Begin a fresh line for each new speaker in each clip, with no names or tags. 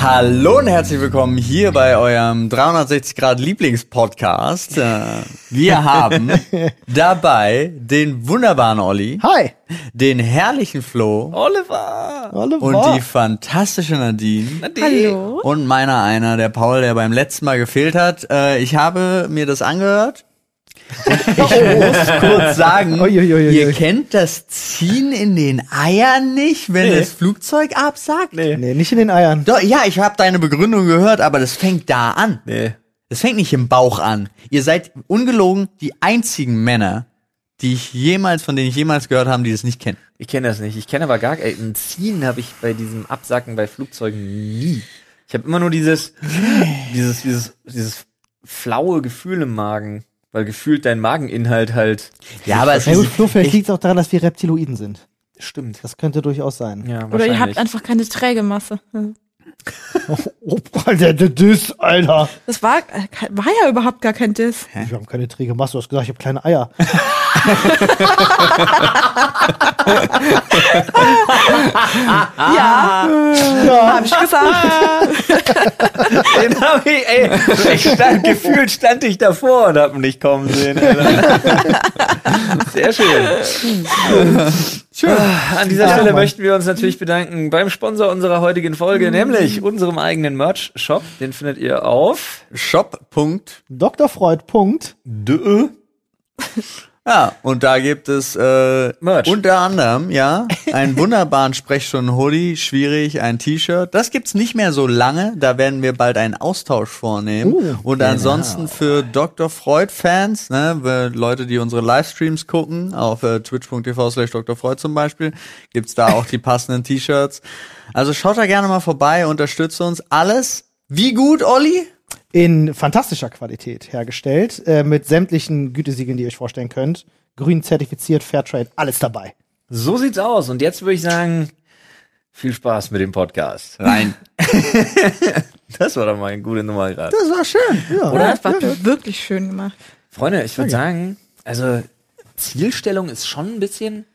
Hallo und herzlich willkommen hier bei eurem 360 Grad Lieblingspodcast. Äh, Wir haben dabei den wunderbaren Olli,
Hi,
den herrlichen Flo
Oliver!
Oliver.
und die fantastische Nadine
Hallo.
und meiner einer, der Paul, der beim letzten Mal gefehlt hat. Äh, Ich habe mir das angehört. Und ich muss kurz sagen,
Ui, ui, ui,
ihr
ui.
kennt das Ziehen in den Eiern nicht, wenn
Nee.
das Flugzeug absagt?
nee, nicht in den Eiern.
Doch, ja, ich habe deine Begründung gehört, aber das fängt da an.
Nee.
Das fängt nicht im Bauch an. Ihr seid ungelogen die einzigen Männer, die ich jemals, von denen ich jemals gehört habe, die das nicht kennen.
Ich kenne das nicht. Ich kenne aber gar ey, ein Ziehen habe ich bei diesem Absacken bei Flugzeugen nie. Ich habe immer nur dieses, dieses, dieses, dieses flaue Gefühl im Magen, weil gefühlt dein Mageninhalt halt
Ja, aber es
Na gut,
ist,
Flo, vielleicht liegt es auch daran, dass wir Reptiloiden sind.
stimmt.
Das könnte durchaus sein.
Ja,
Oder ihr
wahrscheinlich.
habt einfach keine Trägemasse. Ja.
Oh, Alter, der Diss, Alter.
Das war, äh, ke- war ja überhaupt gar kein Diss.
Wir haben keine träge Masse. Du hast gesagt, ich habe kleine Eier.
Ah.
Ja,
Ja,
hab ich gesagt.
Den hab ich, ey, ich stand, gefühlt stand ich davor und hab ihn nicht kommen sehen. Alter. Sehr schön. Schön. An dieser
Ja,
Stelle
Mann.
möchten wir uns natürlich bedanken beim Sponsor unserer heutigen Folge, nämlich unserem eigenen Merch-Shop. Den findet ihr auf
Shop. Punkt.
Dr. Freud, Punkt.
de.
Ja, und da gibt es äh,
Merch.
unter anderem, ja, einen wunderbaren Sprechstunden-Hoodie, schwierig, ein T-Shirt. Das gibt's nicht mehr so lange, da werden wir bald einen Austausch vornehmen.
Uh,
und
genau.
ansonsten für Dr. Freud-Fans, ne, wir- Leute, die unsere Livestreams gucken, auf äh, twitch.tv slash Dr. Freud zum Beispiel, gibt's da auch die passenden T-Shirts. Also schaut da gerne mal vorbei, unterstützt uns. Alles, wie gut, Olli?
In fantastischer Qualität hergestellt. Äh, mit sämtlichen Gütesiegeln, die ihr euch vorstellen könnt. Grün zertifiziert, Fairtrade, alles dabei.
So sieht's aus. Und jetzt würde ich sagen, viel Spaß mit dem Podcast.
Rein.
Das war doch mal eine gute Nummer gerade.
Das war schön. Ja.
Ja, das war wirklich schön gemacht.
Freunde, ich würde sagen, also Zielstellung ist schon ein bisschen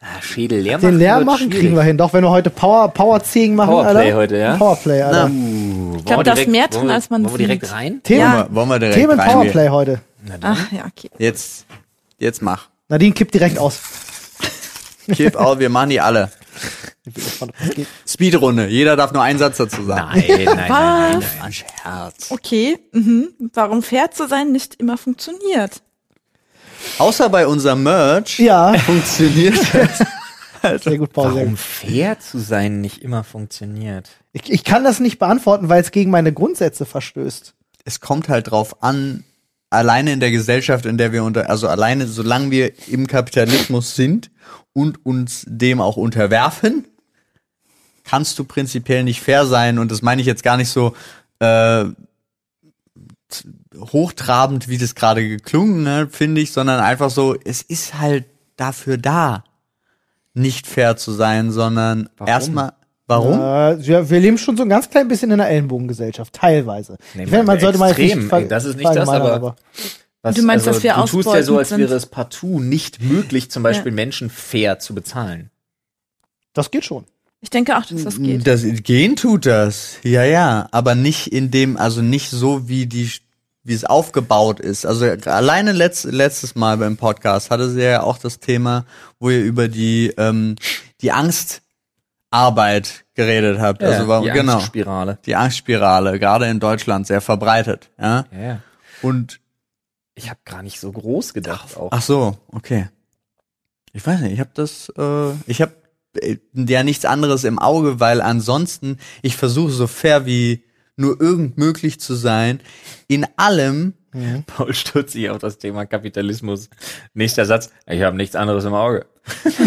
ah, Schädel leer machen.
Den leer
wird
machen
schwierig.
kriegen wir hin. Doch wenn wir heute Power, Power 10 machen,
Powerplay
Alter.
heute, ja?
Powerplay, Alter.
Ich
glaub, da ist mehr drin, als man
Wollen wir direkt
sieht.
rein?
Themen,
Ja.
Wollen wir direkt
Themen
reingehen?
Powerplay heute.
Ach ja, okay.
Jetzt, jetzt mach.
Nadine kippt direkt aus.
Kipp out, wir machen die alle.
Ich bin gespannt, ob das geht.
Speedrunde, jeder darf nur einen Satz dazu sagen.
Nein, nein, nein, nein, nein.
Ein Scherz.
Okay, mhm. warum fair zu sein nicht immer funktioniert.
Außer bei unserem Merch
Ja,
funktioniert das.
sehr gut, Paul. Sehr gut.
Warum Um fair zu sein nicht immer funktioniert.
Ich, ich kann das nicht beantworten, weil es gegen meine Grundsätze verstößt.
Es kommt halt drauf an, alleine in der Gesellschaft, in der wir unter, also alleine, solange wir im Kapitalismus sind und uns dem auch unterwerfen, kannst du prinzipiell nicht fair sein. Und das meine ich jetzt gar nicht so äh, z- hochtrabend, wie das gerade geklungen hat, finde ich, sondern einfach so, es ist halt dafür da, nicht fair zu sein, sondern
Warum?
erstmal, warum?
Äh, ja, wir leben schon so ein ganz klein bisschen in einer Ellenbogengesellschaft, teilweise.
Nee,
ich finde, man sollte mal jetzt
extrem,
nicht ver-
ey, das ist nicht das,
verallgemeinern,
aber- Was, also
Du meinst, dass wir
Du tust ja so,
ausbeutend
als
sind.
wäre es partout nicht möglich, zum Beispiel Menschen fair zu bezahlen.
das geht schon.
Ich denke auch, dass das geht.
Das gehen tut das. Ja, ja, aber nicht in dem, also nicht so wie die wie es aufgebaut ist. Also alleine letzt, letztes Mal beim Podcast hatte sie ja auch das Thema, wo ihr über die ähm, die Angstarbeit geredet habt. also warum,
die
genau
Spirale.
die Angstspirale gerade in Deutschland sehr verbreitet. Ja
Ja, ja.
und
Ich habe gar nicht so groß gedacht auch.
ach so, okay. Ich weiß nicht, ich habe das, äh, ich habe ja nichts anderes im Auge, weil ansonsten ich versuche so fair wie nur irgend möglich zu sein in allem.
Paul stürzt sich auf das Thema Kapitalismus. Nächster Satz. Ich habe nichts anderes im Auge.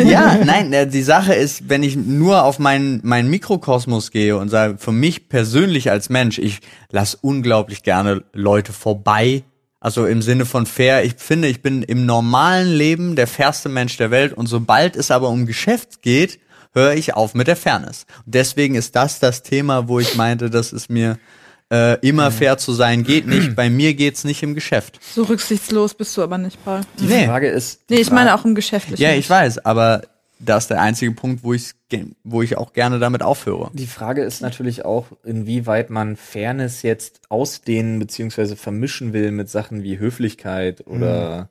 Ja, nein, äh, die Sache ist, wenn ich nur auf meinen meinen Mikrokosmos gehe und sage, für mich persönlich als Mensch, ich lass unglaublich gerne Leute vorbei. Also im Sinne von fair, ich finde, ich bin im normalen Leben der fairste Mensch der Welt und sobald es aber um Geschäft geht, höre ich auf mit der Fairness. Und deswegen ist das das Thema, wo ich meinte, dass es mir äh, immer fair zu sein geht nicht. Bei mir geht's nicht im Geschäft.
So rücksichtslos bist du aber nicht, Paul.
Nee.
Frage ist.
Nee, ich meine auch im Geschäftlichen.
Ja, ich weiß, aber das der einzige Punkt, wo, ich's ge- wo ich auch gerne damit aufhöre.
Die Frage ist natürlich auch, inwieweit man Fairness jetzt ausdehnen bzw. vermischen will mit Sachen wie Höflichkeit
Mhm.
oder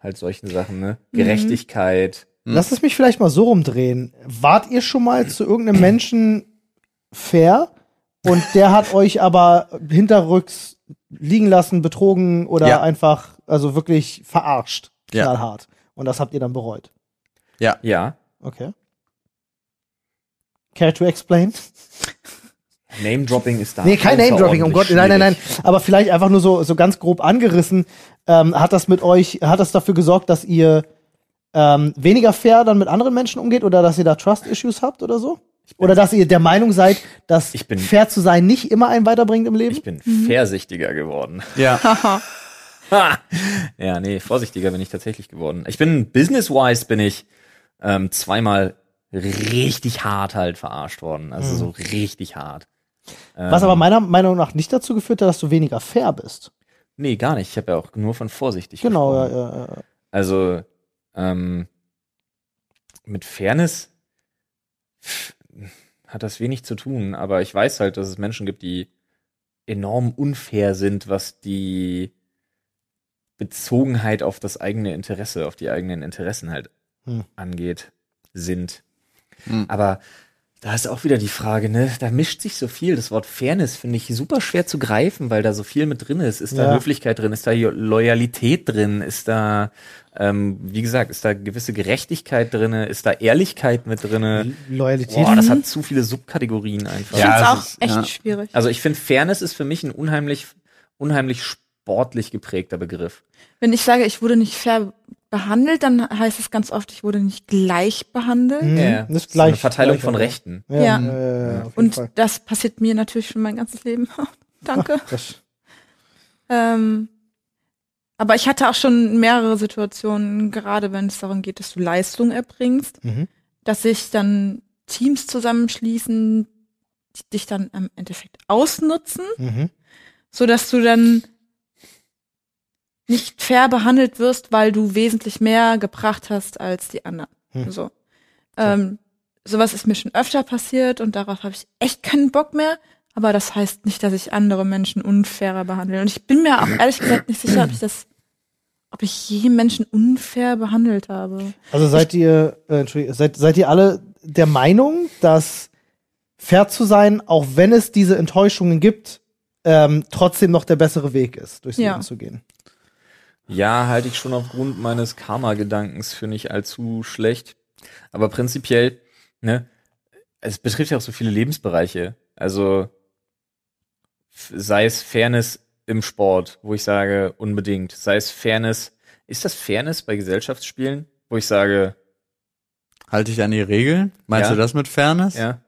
halt solchen Sachen, ne? Gerechtigkeit.
Hm.
Lass es mich vielleicht mal so rumdrehen. Wart ihr schon mal zu irgendeinem Menschen fair und der hat euch aber hinterrücks liegen lassen, betrogen oder
Ja.
einfach, also wirklich verarscht,
Ja.
knallhart. Und das habt ihr dann bereut.
Ja.
Okay. Care to explain?
Name-Dropping ist da.
nee, kein Name-Dropping, um Gott, nein, nein, nein. Aber vielleicht einfach nur so, so ganz grob angerissen. Ähm, hat das mit euch, hat das dafür gesorgt, dass ihr ähm, weniger fair dann mit anderen Menschen umgeht oder dass ihr da Trust-Issues habt oder so? Oder dass ihr der Meinung seid, dass
Ich bin-
fair zu sein nicht immer einen weiterbringt im Leben?
Ich bin vorsichtiger geworden.
Ja.
Haha.
Ha! Ja, nee, vorsichtiger bin ich tatsächlich geworden. Ich bin business-wise bin ich ähm, zweimal richtig hart halt verarscht worden. Also so richtig hart. Ähm,
Mhm. Was aber meiner Meinung nach nicht dazu geführt hat, dass du weniger fair bist.
Nee, gar nicht. Ich habe ja auch nur von vorsichtig
Genau, ja,
gesprochen.
ja, ja.
Also ähm, mit Fairness pff, hat das wenig zu tun, aber ich weiß halt, dass es Menschen gibt, die enorm unfair sind, was die Bezogenheit auf das eigene Interesse, auf die eigenen Interessen halt
Hm.
angeht, sind.
Hm.
Aber da ist auch wieder die Frage, ne? Da mischt sich so viel. Das Wort Fairness finde ich super schwer zu greifen, weil da so viel mit drin ist. Ist da
Ja.
Höflichkeit drin? Ist da Jo- Loyalität drin? Ist da, ähm, wie gesagt, ist da gewisse Gerechtigkeit drin? Ist da Ehrlichkeit mit drin?
Loyalität.
äh, Boah, das hat zu viele Subkategorien einfach.
Ich
Ja,
find's
es
auch
ist-
echt
ja.
schwierig.
Also ich finde, Fairness ist für mich ein unheimlich, unheimlich sportlich geprägter Begriff.
Wenn ich sage, ich wurde nicht fair behandelt, dann heißt es ganz oft, ich wurde nicht gleich behandelt.
Mhm,
Ja.
das ist
So eine
gleich-
Verteilung
gleich,
von
ja.
Rechten.
Ja,
Ja.
ja, ja, auf jeden
Und
Fall.
das passiert mir natürlich schon mein ganzes Leben. Danke.
Das,
Ähm, aber ich hatte auch schon mehrere Situationen, gerade wenn es darum geht, dass du Leistung erbringst,
mhm.
dass sich dann Teams zusammenschließen, die dich dann im Endeffekt ausnutzen,
Mhm.
so dass du dann nicht fair behandelt wirst, weil du wesentlich mehr gebracht hast als die anderen.
Hm.
So. Ähm, sowas ist mir schon öfter passiert und darauf habe ich echt keinen Bock mehr. Aber das heißt nicht, dass ich andere Menschen unfairer behandle. Und ich bin mir auch ehrlich gesagt nicht sicher, ob ich das, ob ich je Menschen unfair behandelt habe.
Also seid ihr, äh, Entschuldigung, seid, seid ihr alle der Meinung, dass fair zu sein, auch wenn es diese Enttäuschungen gibt, ähm, trotzdem noch der bessere Weg ist, durchs
Ja.
Leben zu gehen?
Ja, halte ich schon aufgrund meines Karma-Gedankens für nicht allzu schlecht. Aber prinzipiell, ne, es betrifft ja auch so viele Lebensbereiche. Also f- sei es Fairness im Sport, wo ich sage, unbedingt. Sei es Fairness. Ist das Fairness bei Gesellschaftsspielen, wo ich sage,
Halte ich an die Regeln? Meinst
Ja.
du das mit Fairness?
ja,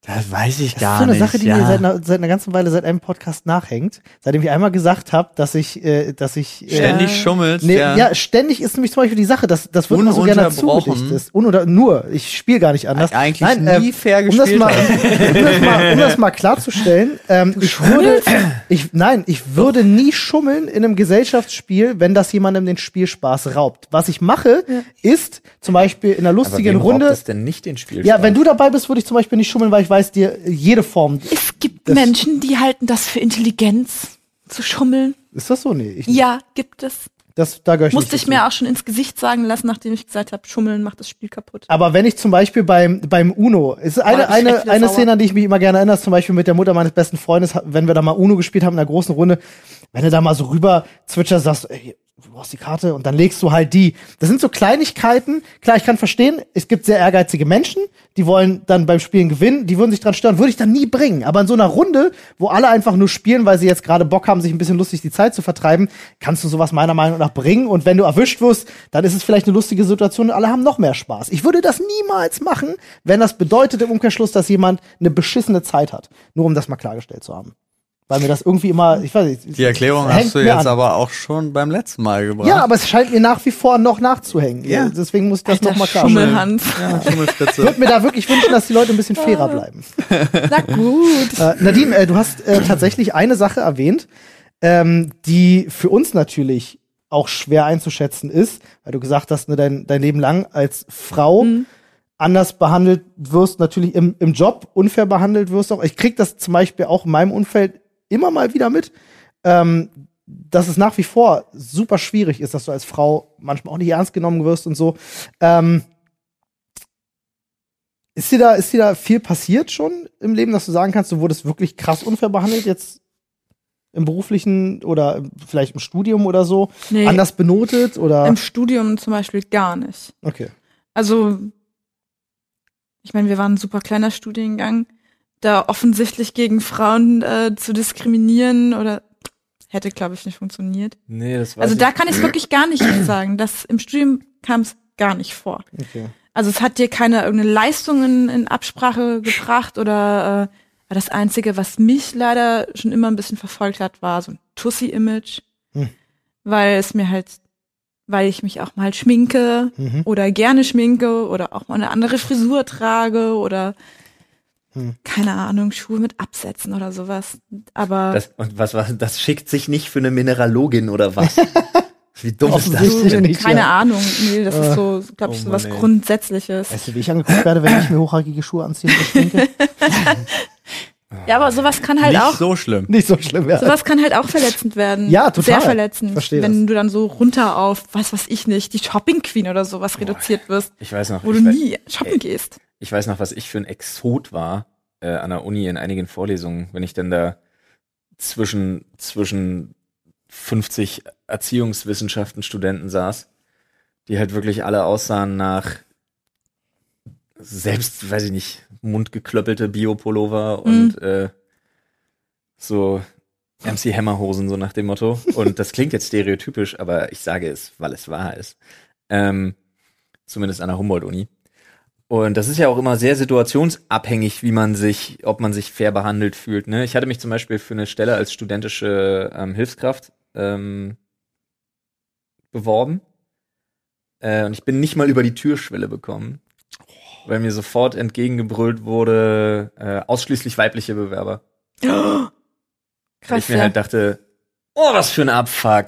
Das weiß ich
Das
gar
ist so eine
nicht.
Sache, die
ja.
mir seit einer, seit einer ganzen Weile, seit einem Podcast nachhängt, seitdem ich einmal gesagt habe, dass ich, äh, dass ich äh,
Ständig
Ja.
schummelst.
Nee,
ja.
ja. ständig ist nämlich zum Beispiel die Sache, dass das wird immer so gerne
Ununterbrochen.
zugedichtet. ist. Un oder nur, ich spiele gar nicht anders.
Eigentlich
äh,
nie fair
um das,
gespielt.
mal,
hast.
um, das mal, um das mal klarzustellen, ähm, ich würde, ich, nein, ich würde nie schummeln in einem Gesellschaftsspiel, wenn das jemandem den Spielspaß raubt. Was ich mache, ist zum Beispiel in einer
aber
lustigen
wem raubt
Runde.
das denn nicht den Spiel?
Ja, wenn du dabei bist, würde ich zum Beispiel nicht schummeln, weil ich weiß dir jede Form.
Es gibt
Das-
Menschen, die halten das für Intelligenz, zu schummeln.
Ist das so? Nee, ich,
Ja, gibt es.
das, da gehöre ich
Musste
nicht
ich
dazu.
mir auch schon ins Gesicht sagen lassen, nachdem ich gesagt habe, schummeln macht das Spiel kaputt.
Aber wenn ich zum Beispiel beim, beim Uno, ist eine,
War ich echt
eine,
wieder
eine
sauer.
Szene, an die ich mich immer gerne erinnere, ist zum Beispiel mit der Mutter meines besten Freundes, ha- wenn wir da mal Uno gespielt haben in einer großen Runde, wenn du da mal so rüber zwitscherst, sagst du, ey, du hast die Karte und dann legst du halt die. Das sind so Kleinigkeiten. Klar, ich kann verstehen, es gibt sehr ehrgeizige Menschen, die wollen dann beim Spielen gewinnen, die würden sich dran stören, würde ich dann nie bringen. Aber in so einer Runde, wo alle einfach nur spielen, weil sie jetzt gerade Bock haben, sich ein bisschen lustig die Zeit zu vertreiben, kannst du sowas meiner Meinung nach bringen. Und wenn du erwischt wirst, dann ist es vielleicht eine lustige Situation und alle haben noch mehr Spaß. Ich würde das niemals machen, wenn das bedeutet im Umkehrschluss, dass jemand eine beschissene Zeit hat. Nur um das mal klargestellt zu haben. Weil mir das irgendwie immer, ich weiß nicht.
Die Erklärung
hängt
hast du
mir
jetzt
an.
aber auch schon beim letzten Mal gebracht.
Ja, aber es scheint mir nach wie vor noch nachzuhängen.
Ja.
Ja. Deswegen muss ich das
Alter,
nochmal klarstellen.
Schummelhans.
Ja,
Ich
Schummelspitze.
würde mir da wirklich wünschen, dass die Leute ein bisschen fairer bleiben.
Na gut.
Äh, Nadine, äh, du hast äh, tatsächlich eine Sache erwähnt, ähm, die für uns natürlich auch schwer einzuschätzen ist, weil du gesagt hast, ne, dein, dein Leben lang als Frau
Mhm. Hm,
anders behandelt wirst, natürlich im, im Job unfair behandelt wirst auch. Ich krieg das zum Beispiel auch in meinem Umfeld immer mal wieder mit, ähm, dass es nach wie vor super schwierig ist, dass du als Frau manchmal auch nicht ernst genommen wirst und so. Ähm, ist dir da, ist dir da viel passiert schon im Leben, dass du sagen kannst, du wurdest wirklich krass unfair behandelt jetzt im beruflichen oder vielleicht im Studium oder so?
Nee,
Anders benotet oder?
im Studium zum Beispiel gar nicht.
Okay.
Also, ich meine, wir waren ein super kleiner Studiengang. Da offensichtlich gegen Frauen äh, zu diskriminieren oder hätte, glaube ich, nicht funktioniert.
Nee, das war
Also da kann ich wirklich gar nicht sagen. Das im Studium kam es gar nicht vor.
okay.
Also es hat dir keine irgendeine Leistung in, in Absprache gebracht oder äh, das Einzige, was mich leider schon immer ein bisschen verfolgt hat, war so ein Tussi-Image.
Hm.
Weil es mir halt, weil ich mich auch mal schminke
Mhm.
oder gerne schminke oder auch mal eine andere Frisur trage oder
Hm.
keine Ahnung, Schuhe mit Absätzen oder sowas. Aber
Das, und was war, das schickt sich nicht für eine Mineralogin oder was? Wie dumm ist das
Offensichtlich
denn?
nicht.
keine
ja.
Ahnung, nee, das ist
Äh.
so, glaube ich,
Oh
so was
Mann, ey.
Grundsätzliches.
Weißt du, wie ich angeguckt werde, wenn ich mir hochhackige Schuhe anziehe und schminke?
Ja, aber sowas kann halt
Nicht
auch
so schlimm.
Nicht so schlimm, ja.
Sowas kann halt auch verletzend werden.
Ja, total.
Sehr verletzend.
Verstehe
wenn
das.
du dann so runter auf, was weiß ich nicht, die Shopping Queen oder sowas reduziert wirst,
Ich weiß noch,
wo
ich
du
weiß-
nie shoppen
Ey.
gehst.
ich weiß noch, was ich für ein Exot war äh, an der Uni in einigen Vorlesungen, wenn ich dann da zwischen, zwischen 50 Erziehungswissenschaften Studenten saß, die halt wirklich alle aussahen nach selbst, weiß ich nicht, mundgeklöppelte Biopullover und äh, so MC Hammerhosen, so nach dem Motto. Und das klingt jetzt stereotypisch, aber ich sage es, weil es wahr ist. Ähm, zumindest an der Humboldt-Uni. Und das ist ja auch immer sehr situationsabhängig, wie man sich, ob man sich fair behandelt fühlt. Ne? Ich hatte mich zum Beispiel für eine Stelle als studentische ähm, Hilfskraft ähm, beworben. Äh, und ich bin nicht mal über die Türschwelle bekommen, weil mir sofort entgegengebrüllt wurde, äh, ausschließlich weibliche Bewerber. Weil
Krass,
ich mir
ja.
halt dachte, oh, was für ein Abfuck.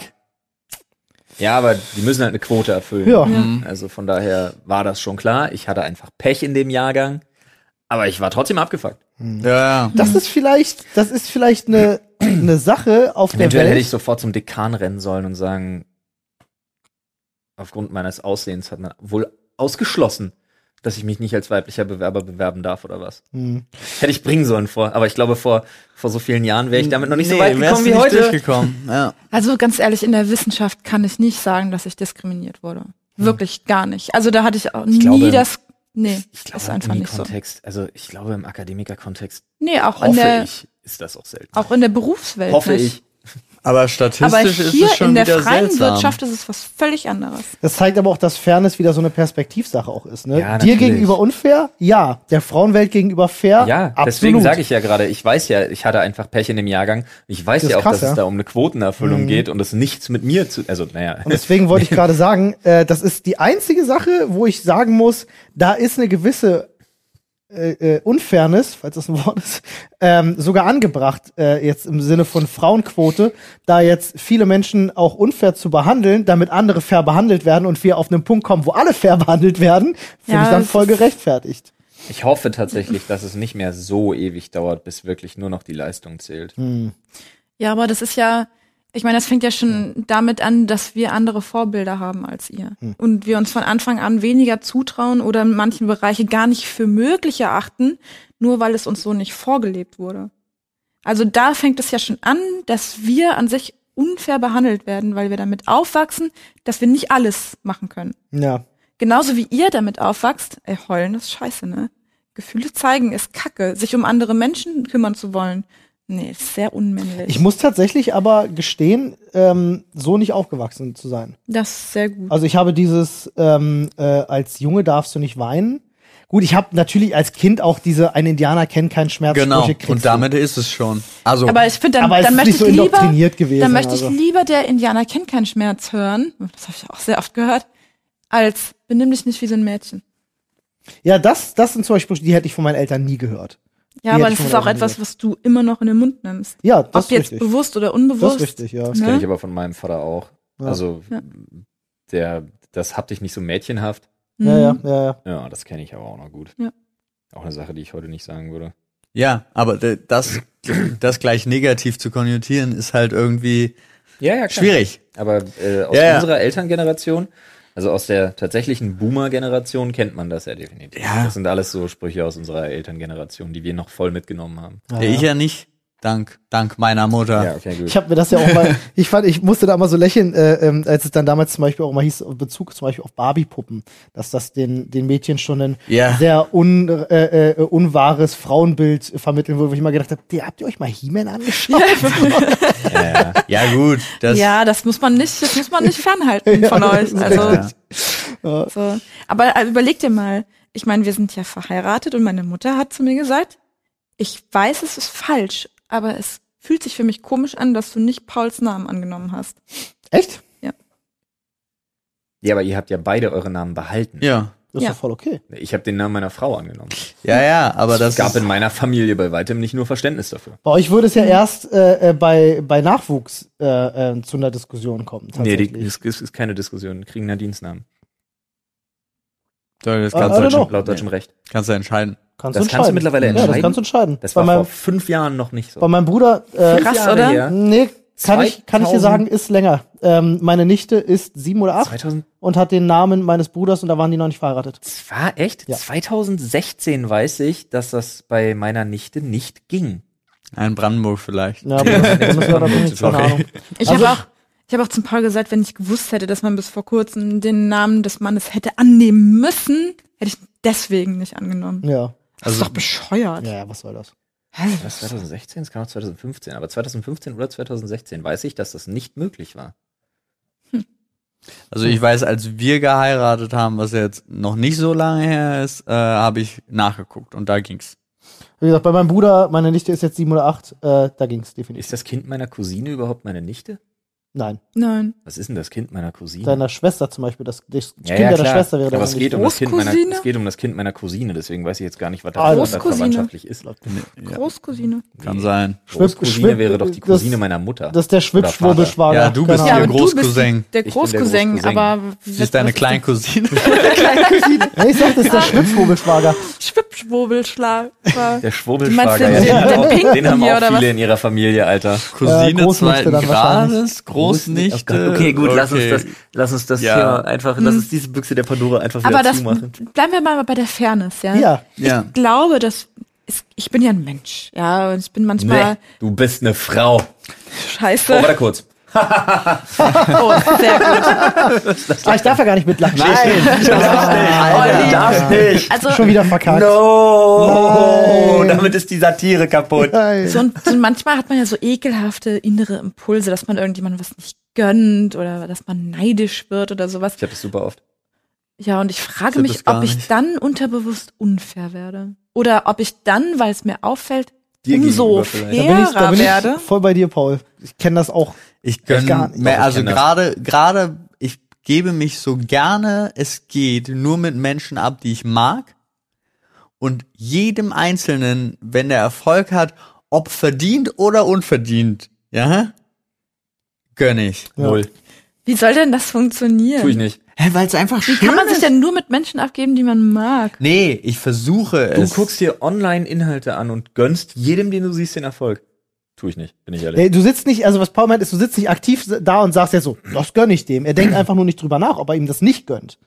Ja, aber die müssen halt eine Quote erfüllen.
Ja.
Ja.
Mhm.
Also von daher war das schon klar. Ich hatte einfach Pech in dem Jahrgang. Aber ich war trotzdem abgefuckt.
Ja,
Das ist vielleicht, das ist vielleicht eine, eine Sache auf der
Eventuell hätte ich
Welt.
sofort zum Dekan rennen sollen und sagen, aufgrund meines Aussehens hat man wohl ausgeschlossen, dass ich mich nicht als weiblicher Bewerber bewerben darf oder was.
Hm.
Hätte ich bringen sollen vor. Aber ich glaube, vor, vor so vielen Jahren wäre ich damit noch nicht so
Nee,
weit
wärst du
gekommen wie
nicht
heute.
Durchgekommen. Ja.
Also ganz ehrlich, in der Wissenschaft kann ich nicht sagen, dass ich diskriminiert wurde. Wirklich gar nicht. Also da hatte ich auch
Hm.
nie
glaube-
das. Nee,
Ich glaube,
ist
im
einfach nicht so.
Kontext, also ich glaube, im Akademikerkontext
Nee, auch in
äh,
hoffe
der
ich, ist das auch selten.
auch in der Berufswelt.
hoffe
nicht.
ich.
Aber statistisch
Aber
ist es
hier
schon
in der
wieder
freien
seltsam.
Wirtschaft ist es was völlig anderes.
Das zeigt aber auch, dass Fairness wieder so eine Perspektivsache auch ist. Ne?
Ja,
Dir
natürlich.
gegenüber unfair? Ja. Der Frauenwelt gegenüber fair?
Ja,
absolut.
deswegen sage ich ja gerade, ich weiß ja, ich hatte einfach Pech in dem Jahrgang. Ich weiß
Das ist
ja auch,
krass,
dass
ja. Mhm.
es da um eine Quotenerfüllung geht und es nichts mit mir zu, also naja,
Und deswegen wollte ich gerade sagen, äh, das ist die einzige Sache, wo ich sagen muss, da ist eine gewisse äh, äh, Unfairness, falls das ein Wort ist, ähm, sogar angebracht, äh, jetzt im Sinne von Frauenquote, da jetzt viele Menschen auch unfair zu behandeln, damit andere fair behandelt werden und wir auf einen Punkt kommen, wo alle fair behandelt werden, finde
Ja,
ich dann
das
voll
ist-
gerechtfertigt.
ich hoffe tatsächlich, dass es nicht mehr so ewig dauert, bis wirklich nur noch die Leistung zählt.
Mhm.
Ja, aber das ist ja, ich meine, das fängt ja schon damit an, dass wir andere Vorbilder haben als ihr. Und wir uns von Anfang an weniger zutrauen oder in manchen Bereiche gar nicht für möglich erachten, nur weil es uns so nicht vorgelebt wurde. Also da fängt es ja schon an, dass wir an sich unfair behandelt werden, weil wir damit aufwachsen, dass wir nicht alles machen können.
Ja.
Genauso wie ihr damit aufwachst, ey, heulen ist scheiße, ne? Gefühle zeigen ist kacke. Sich um andere Menschen kümmern zu wollen, nee, ist sehr unmännlich.
Ich muss tatsächlich aber gestehen, ähm, so nicht aufgewachsen zu sein.
Das ist sehr gut.
Also ich habe dieses ähm, äh, als Junge darfst du nicht weinen. Gut, ich habe natürlich als Kind auch diese ein Indianer kennt keinen Schmerz.
Genau.
Sprüche kriegst
Und
du.
damit ist es schon. Also
aber ich finde, dann,
aber es
dann
ist
möchte
nicht so
ich lieber,
indoktriniert gewesen,
dann möchte ich
also.
lieber der Indianer kennt keinen Schmerz hören, das habe ich auch sehr oft gehört, als benimm dich nicht wie so ein Mädchen.
Ja, das, das sind zum Beispiel Sprüche, die hätte ich von meinen Eltern nie gehört.
Ja,
Die
aber
hätte ich von
das ist auch
meinen Eltern
etwas, was du immer noch in den Mund nimmst.
Ja, das
Ob
ist
jetzt
richtig.
bewusst oder
Das
unbewusst.
ist richtig, ja.
Das kenne
Ne?
ich aber von meinem Vater auch.
Ja.
Also
Ja.
der, das habt ich nicht so mädchenhaft.
Ja, ja,
Mhm.
ja, ja.
Ja, das kenne ich aber auch noch gut.
Ja.
Auch eine Sache, die ich heute nicht sagen würde.
Ja, aber d- das, das gleich negativ zu konnotieren, ist halt irgendwie
Ja, ja,
schwierig.
Aber äh, aus
Ja, ja.
unserer Elterngeneration, also aus der tatsächlichen Boomer-Generation, kennt man das ja definitiv.
Ja.
Das sind alles so Sprüche aus unserer Elterngeneration, die wir noch voll mitgenommen haben.
ja,
Ich ja nicht. Dank, dank meiner Mutter.
okay, gut.
Ich habe mir das ja auch mal, ich fand, ich musste da mal so lächeln, äh, ähm, als es dann damals zum Beispiel auch mal hieß, Bezug zum Beispiel auf Barbie-Puppen, dass das den, den Mädchen schon ein
Ja.
sehr un, äh, äh, unwahres Frauenbild vermitteln würde, wo ich mal gedacht habe, habt ihr euch mal He-Man angeschaut?
ja, ja.
Ja, gut. Das,
ja, das muss man nicht, das muss man nicht fernhalten von
Ja, das
euch.
ist
Also,
richtig.
so. Aber äh, überleg dir mal, ich meine, wir sind ja verheiratet und meine Mutter hat zu mir gesagt, ich weiß, es ist falsch, aber es fühlt sich für mich komisch an, dass du nicht Pauls Namen angenommen hast.
Echt?
ja, aber ihr habt ja beide eure Namen behalten.
ja.
Das ist
Ja.
doch voll okay.
Ich habe den Namen meiner Frau angenommen.
Ja, ja, aber das
Es gab
ist,
in meiner Familie bei weitem nicht nur Verständnis dafür.
Bei euch würde es ja
Mhm.
erst äh, äh, bei, bei Nachwuchs äh, äh, zu einer Diskussion kommen.
Nee, die,
Tatsächlich.
es ist, ist keine Diskussion. Kriegen einen Dienstnamen.
das
I
kannst, du,
don't know.
entsch-
Genau. Laut deutschem Recht.
kannst du entscheiden.
kannst
das kannst du
entscheiden.
mittlerweile
Ja, das
entscheiden?
kannst du entscheiden.
Das
bei,
war vor
meinem,
fünf Jahren noch nicht so.
bei meinem Bruder, äh,
Krass,
Jahre
oder?
her.
nee, kann ich, kann ich dir
2000
sagen, ist länger. Ähm, meine Nichte ist sieben oder acht.
2000,
und hat den Namen meines Bruders und da waren die noch nicht verheiratet.
das war echt?
Ja.
2016 weiß ich, dass das bei meiner Nichte nicht ging.
Ein Brandenburg vielleicht.
Ja, aber das- das müssen wir doch nicht, keine
Sorry.
Ahnung.
Ich
Also-
habe auch, ich habe auch zum Paul gesagt, wenn ich gewusst hätte, dass man bis vor kurzem den Namen des Mannes hätte annehmen müssen, hätte ich ihn deswegen nicht angenommen.
Ja.
das ist
Also-
doch bescheuert.
ja, was soll das?
Hä?
Was, 2016? Es kam auch 2015. Aber 2015 oder 2016 weiß ich, dass das nicht möglich war.
Also ich weiß, als wir geheiratet haben, was jetzt noch nicht so lange her ist, äh, habe ich nachgeguckt und da ging's.
Wie gesagt, bei meinem Bruder, meine Nichte ist jetzt sieben oder acht, äh, da ging's definitiv.
Ist das Kind meiner Cousine überhaupt meine Nichte?
Nein,
Nein.
Was ist denn das Kind meiner Cousine?
deiner Schwester zum Beispiel, das, das Kind deiner Schwester wäre
Aber es
deine
geht,
Nichte.
um das kind meiner,
Großcousine?
es geht um das Kind meiner Cousine, deswegen weiß ich jetzt gar nicht, was
Ah,
da was da
Großcousine.
verwandtschaftlich ist.
Großcousine.
Kann
Nee.
sein.
Großcousine
Schwip-
wäre doch die
das-
Cousine meiner Mutter.
Das ist der Genau.
Oder Vater.
Schwibschwurbischwager.
Ja, du bist
Keine
ja
Ahnung.
aber Großcousin.
Du bist der
Ich bin der
Großcousin,
Großcousin.
aber
Sie ist deine Kleincousine.
Nee, ich sag, das ist der Schwibschwurbischwager.
Schwippschwobelschlag.
der
Du
Schwurbelschwager,
meinst den-
ja.
den- den Pinken
den haben
hier,
auch
oder
viele
was?
in ihrer Familie, Alter.
Cousine
Großnichte
zweiten
dann wahrscheinlich. oh
Grades, Großnichte.
Okay, gut, lass uns
Okay.
das, lass uns das
Ja.
Thema einfach, lass uns diese Büchse der Pandora einfach wieder
Hm. Aber das
zumachen.
bleiben wir mal bei der Fairness, ja?
Ja.
Ja.
Ich glaube, dass ist, ich bin ja ein Mensch, ja, und ich bin manchmal
du bist eine Frau. Oh,
scheiße.
warte kurz.
Oh, sehr gut.
Ah, ich darf ja gar nicht mitlachen.
Nein,
Olli.
darf nicht.
Also
Oh, Schon wieder verkackt.
No,
Nein.
damit ist die Satire kaputt.
Nein.
so, und- so manchmal hat man ja so ekelhafte innere Impulse, dass man irgendjemandem was nicht gönnt oder dass man neidisch wird oder sowas.
Ich habe das super oft.
Ja, und ich frage
hab
mich,
das gar
ob ich
nicht.
dann unterbewusst unfair werde. Oder ob ich dann, weil es mir auffällt,
Dir
umso
gegenüber vielleicht.
Da bin ich,
fairer
da bin
werde.
ich voll bei dir, Paul. Ich kenne das auch.
Ich
gar
gönne
nicht.
mehr,
Doch, ich
also
kenn das.
gerade, gerade, ich gebe mich so gerne es geht nur mit Menschen ab, die ich mag. Und jedem Einzelnen, wenn der Erfolg hat, ob verdient oder unverdient, ja, gönne ich.
Ja.
Null.
Wie soll denn das funktionieren?
Tu ich nicht.
Hä, weil es einfach
Wie kann man sich denn nur mit Menschen abgeben, die man mag?
Nee, ich versuche
Du
es.
guckst dir Online-Inhalte an und gönnst jedem, den du siehst, den Erfolg. Tu ich nicht, bin ich ehrlich.
Ey, du sitzt nicht, also was Paul meint, ist, du sitzt nicht aktiv da und sagst jetzt so, das gönne ich dem. Er denkt einfach nur nicht drüber nach, ob er ihm das nicht gönnt.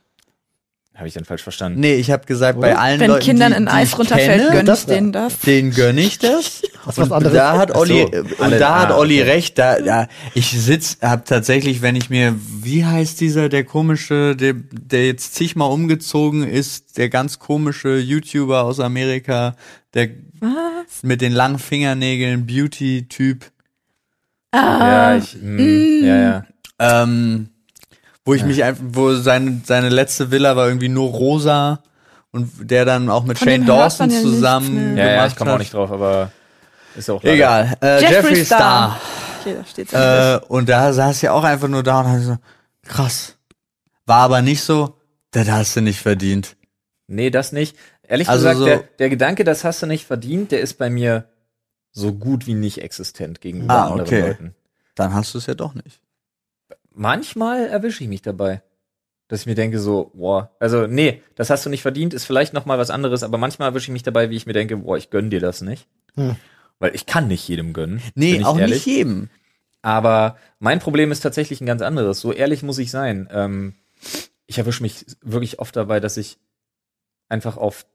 Habe ich dann falsch verstanden?
Nee, ich habe gesagt, bei
Oder?
allen
Wenn
Leuten,
Kindern
die,
ein
die
Eis
ich
runterfällt,
kenne,
gönne ich
das wär-
denen das.
den gönne ich das.
Das ist was
Und
anderes.
Da hat Olli, äh,
so.
und
Alle-
da hat
ah,
Olli
okay.
recht. Da, da, ich sitz, hab tatsächlich, wenn ich mir, wie heißt dieser, der komische, der, der jetzt zigmal umgezogen ist, der ganz komische YouTuber aus Amerika, der
Was?
mit den langen Fingernägeln, Beauty-Typ,
Ja, ich, mh, ja, ja.
ähm, wo ich mich einfach, wo seine, seine letzte Villa war irgendwie nur rosa und der dann auch mit
Von
Shane
dem hört man
Dawson
ja nichts
zusammen
mehr.
Ja, ja,
gemacht
ich komme auch
hat.
nicht drauf, aber ist auch leider-
Egal, äh,
Jeffree
Jeffree,
Star.
Star.
Okay, da steht's.
Äh, und da saß ja auch einfach nur da und hat so, krass. War aber nicht so, das hast du nicht verdient.
Nee, das nicht. Ehrlich
Also
gesagt,
so-
der, der Gedanke, das hast du nicht verdient, der ist bei mir so gut wie nicht existent gegenüber
Ah,
anderen
okay.
Leuten.
Dann hast du es ja doch nicht.
manchmal erwische ich mich dabei, dass ich mir denke so, boah, also nee, das hast du nicht verdient, ist vielleicht noch mal was anderes, aber manchmal erwische ich mich dabei, wie ich mir denke, boah, ich gönn dir das nicht.
Hm.
Weil ich kann nicht jedem gönnen. bin
Nee,
ich
auch
ehrlich.
nicht jedem.
Aber mein Problem ist tatsächlich ein ganz anderes. So ehrlich muss ich sein. Ähm, ich erwische mich wirklich oft dabei, dass ich einfach auf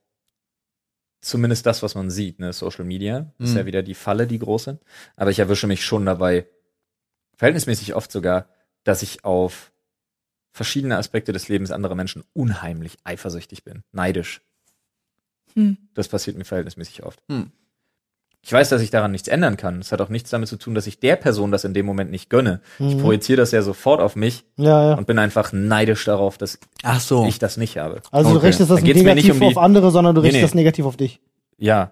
zumindest das, was man sieht, ne, Social Media, ist
Mhm.
ja wieder die Falle, die große. Aber ich erwische mich schon dabei, verhältnismäßig oft sogar, dass ich auf verschiedene Aspekte des Lebens anderer Menschen unheimlich eifersüchtig bin, neidisch.
Hm.
Das passiert mir verhältnismäßig oft.
Hm.
Ich weiß, dass ich daran nichts ändern kann. Es hat auch nichts damit zu tun, dass ich der Person das in dem Moment nicht gönne. Ich
Mhm.
projiziere das ja sofort auf mich
Ja, ja.
und bin einfach neidisch darauf, dass
Ach so.
ich das nicht habe.
Also du
Okay.
richtest das
Dann geht's mir nicht
negativ
um die-
auf andere, sondern du
Nee,
richtest
nee.
das negativ auf dich.
Ja,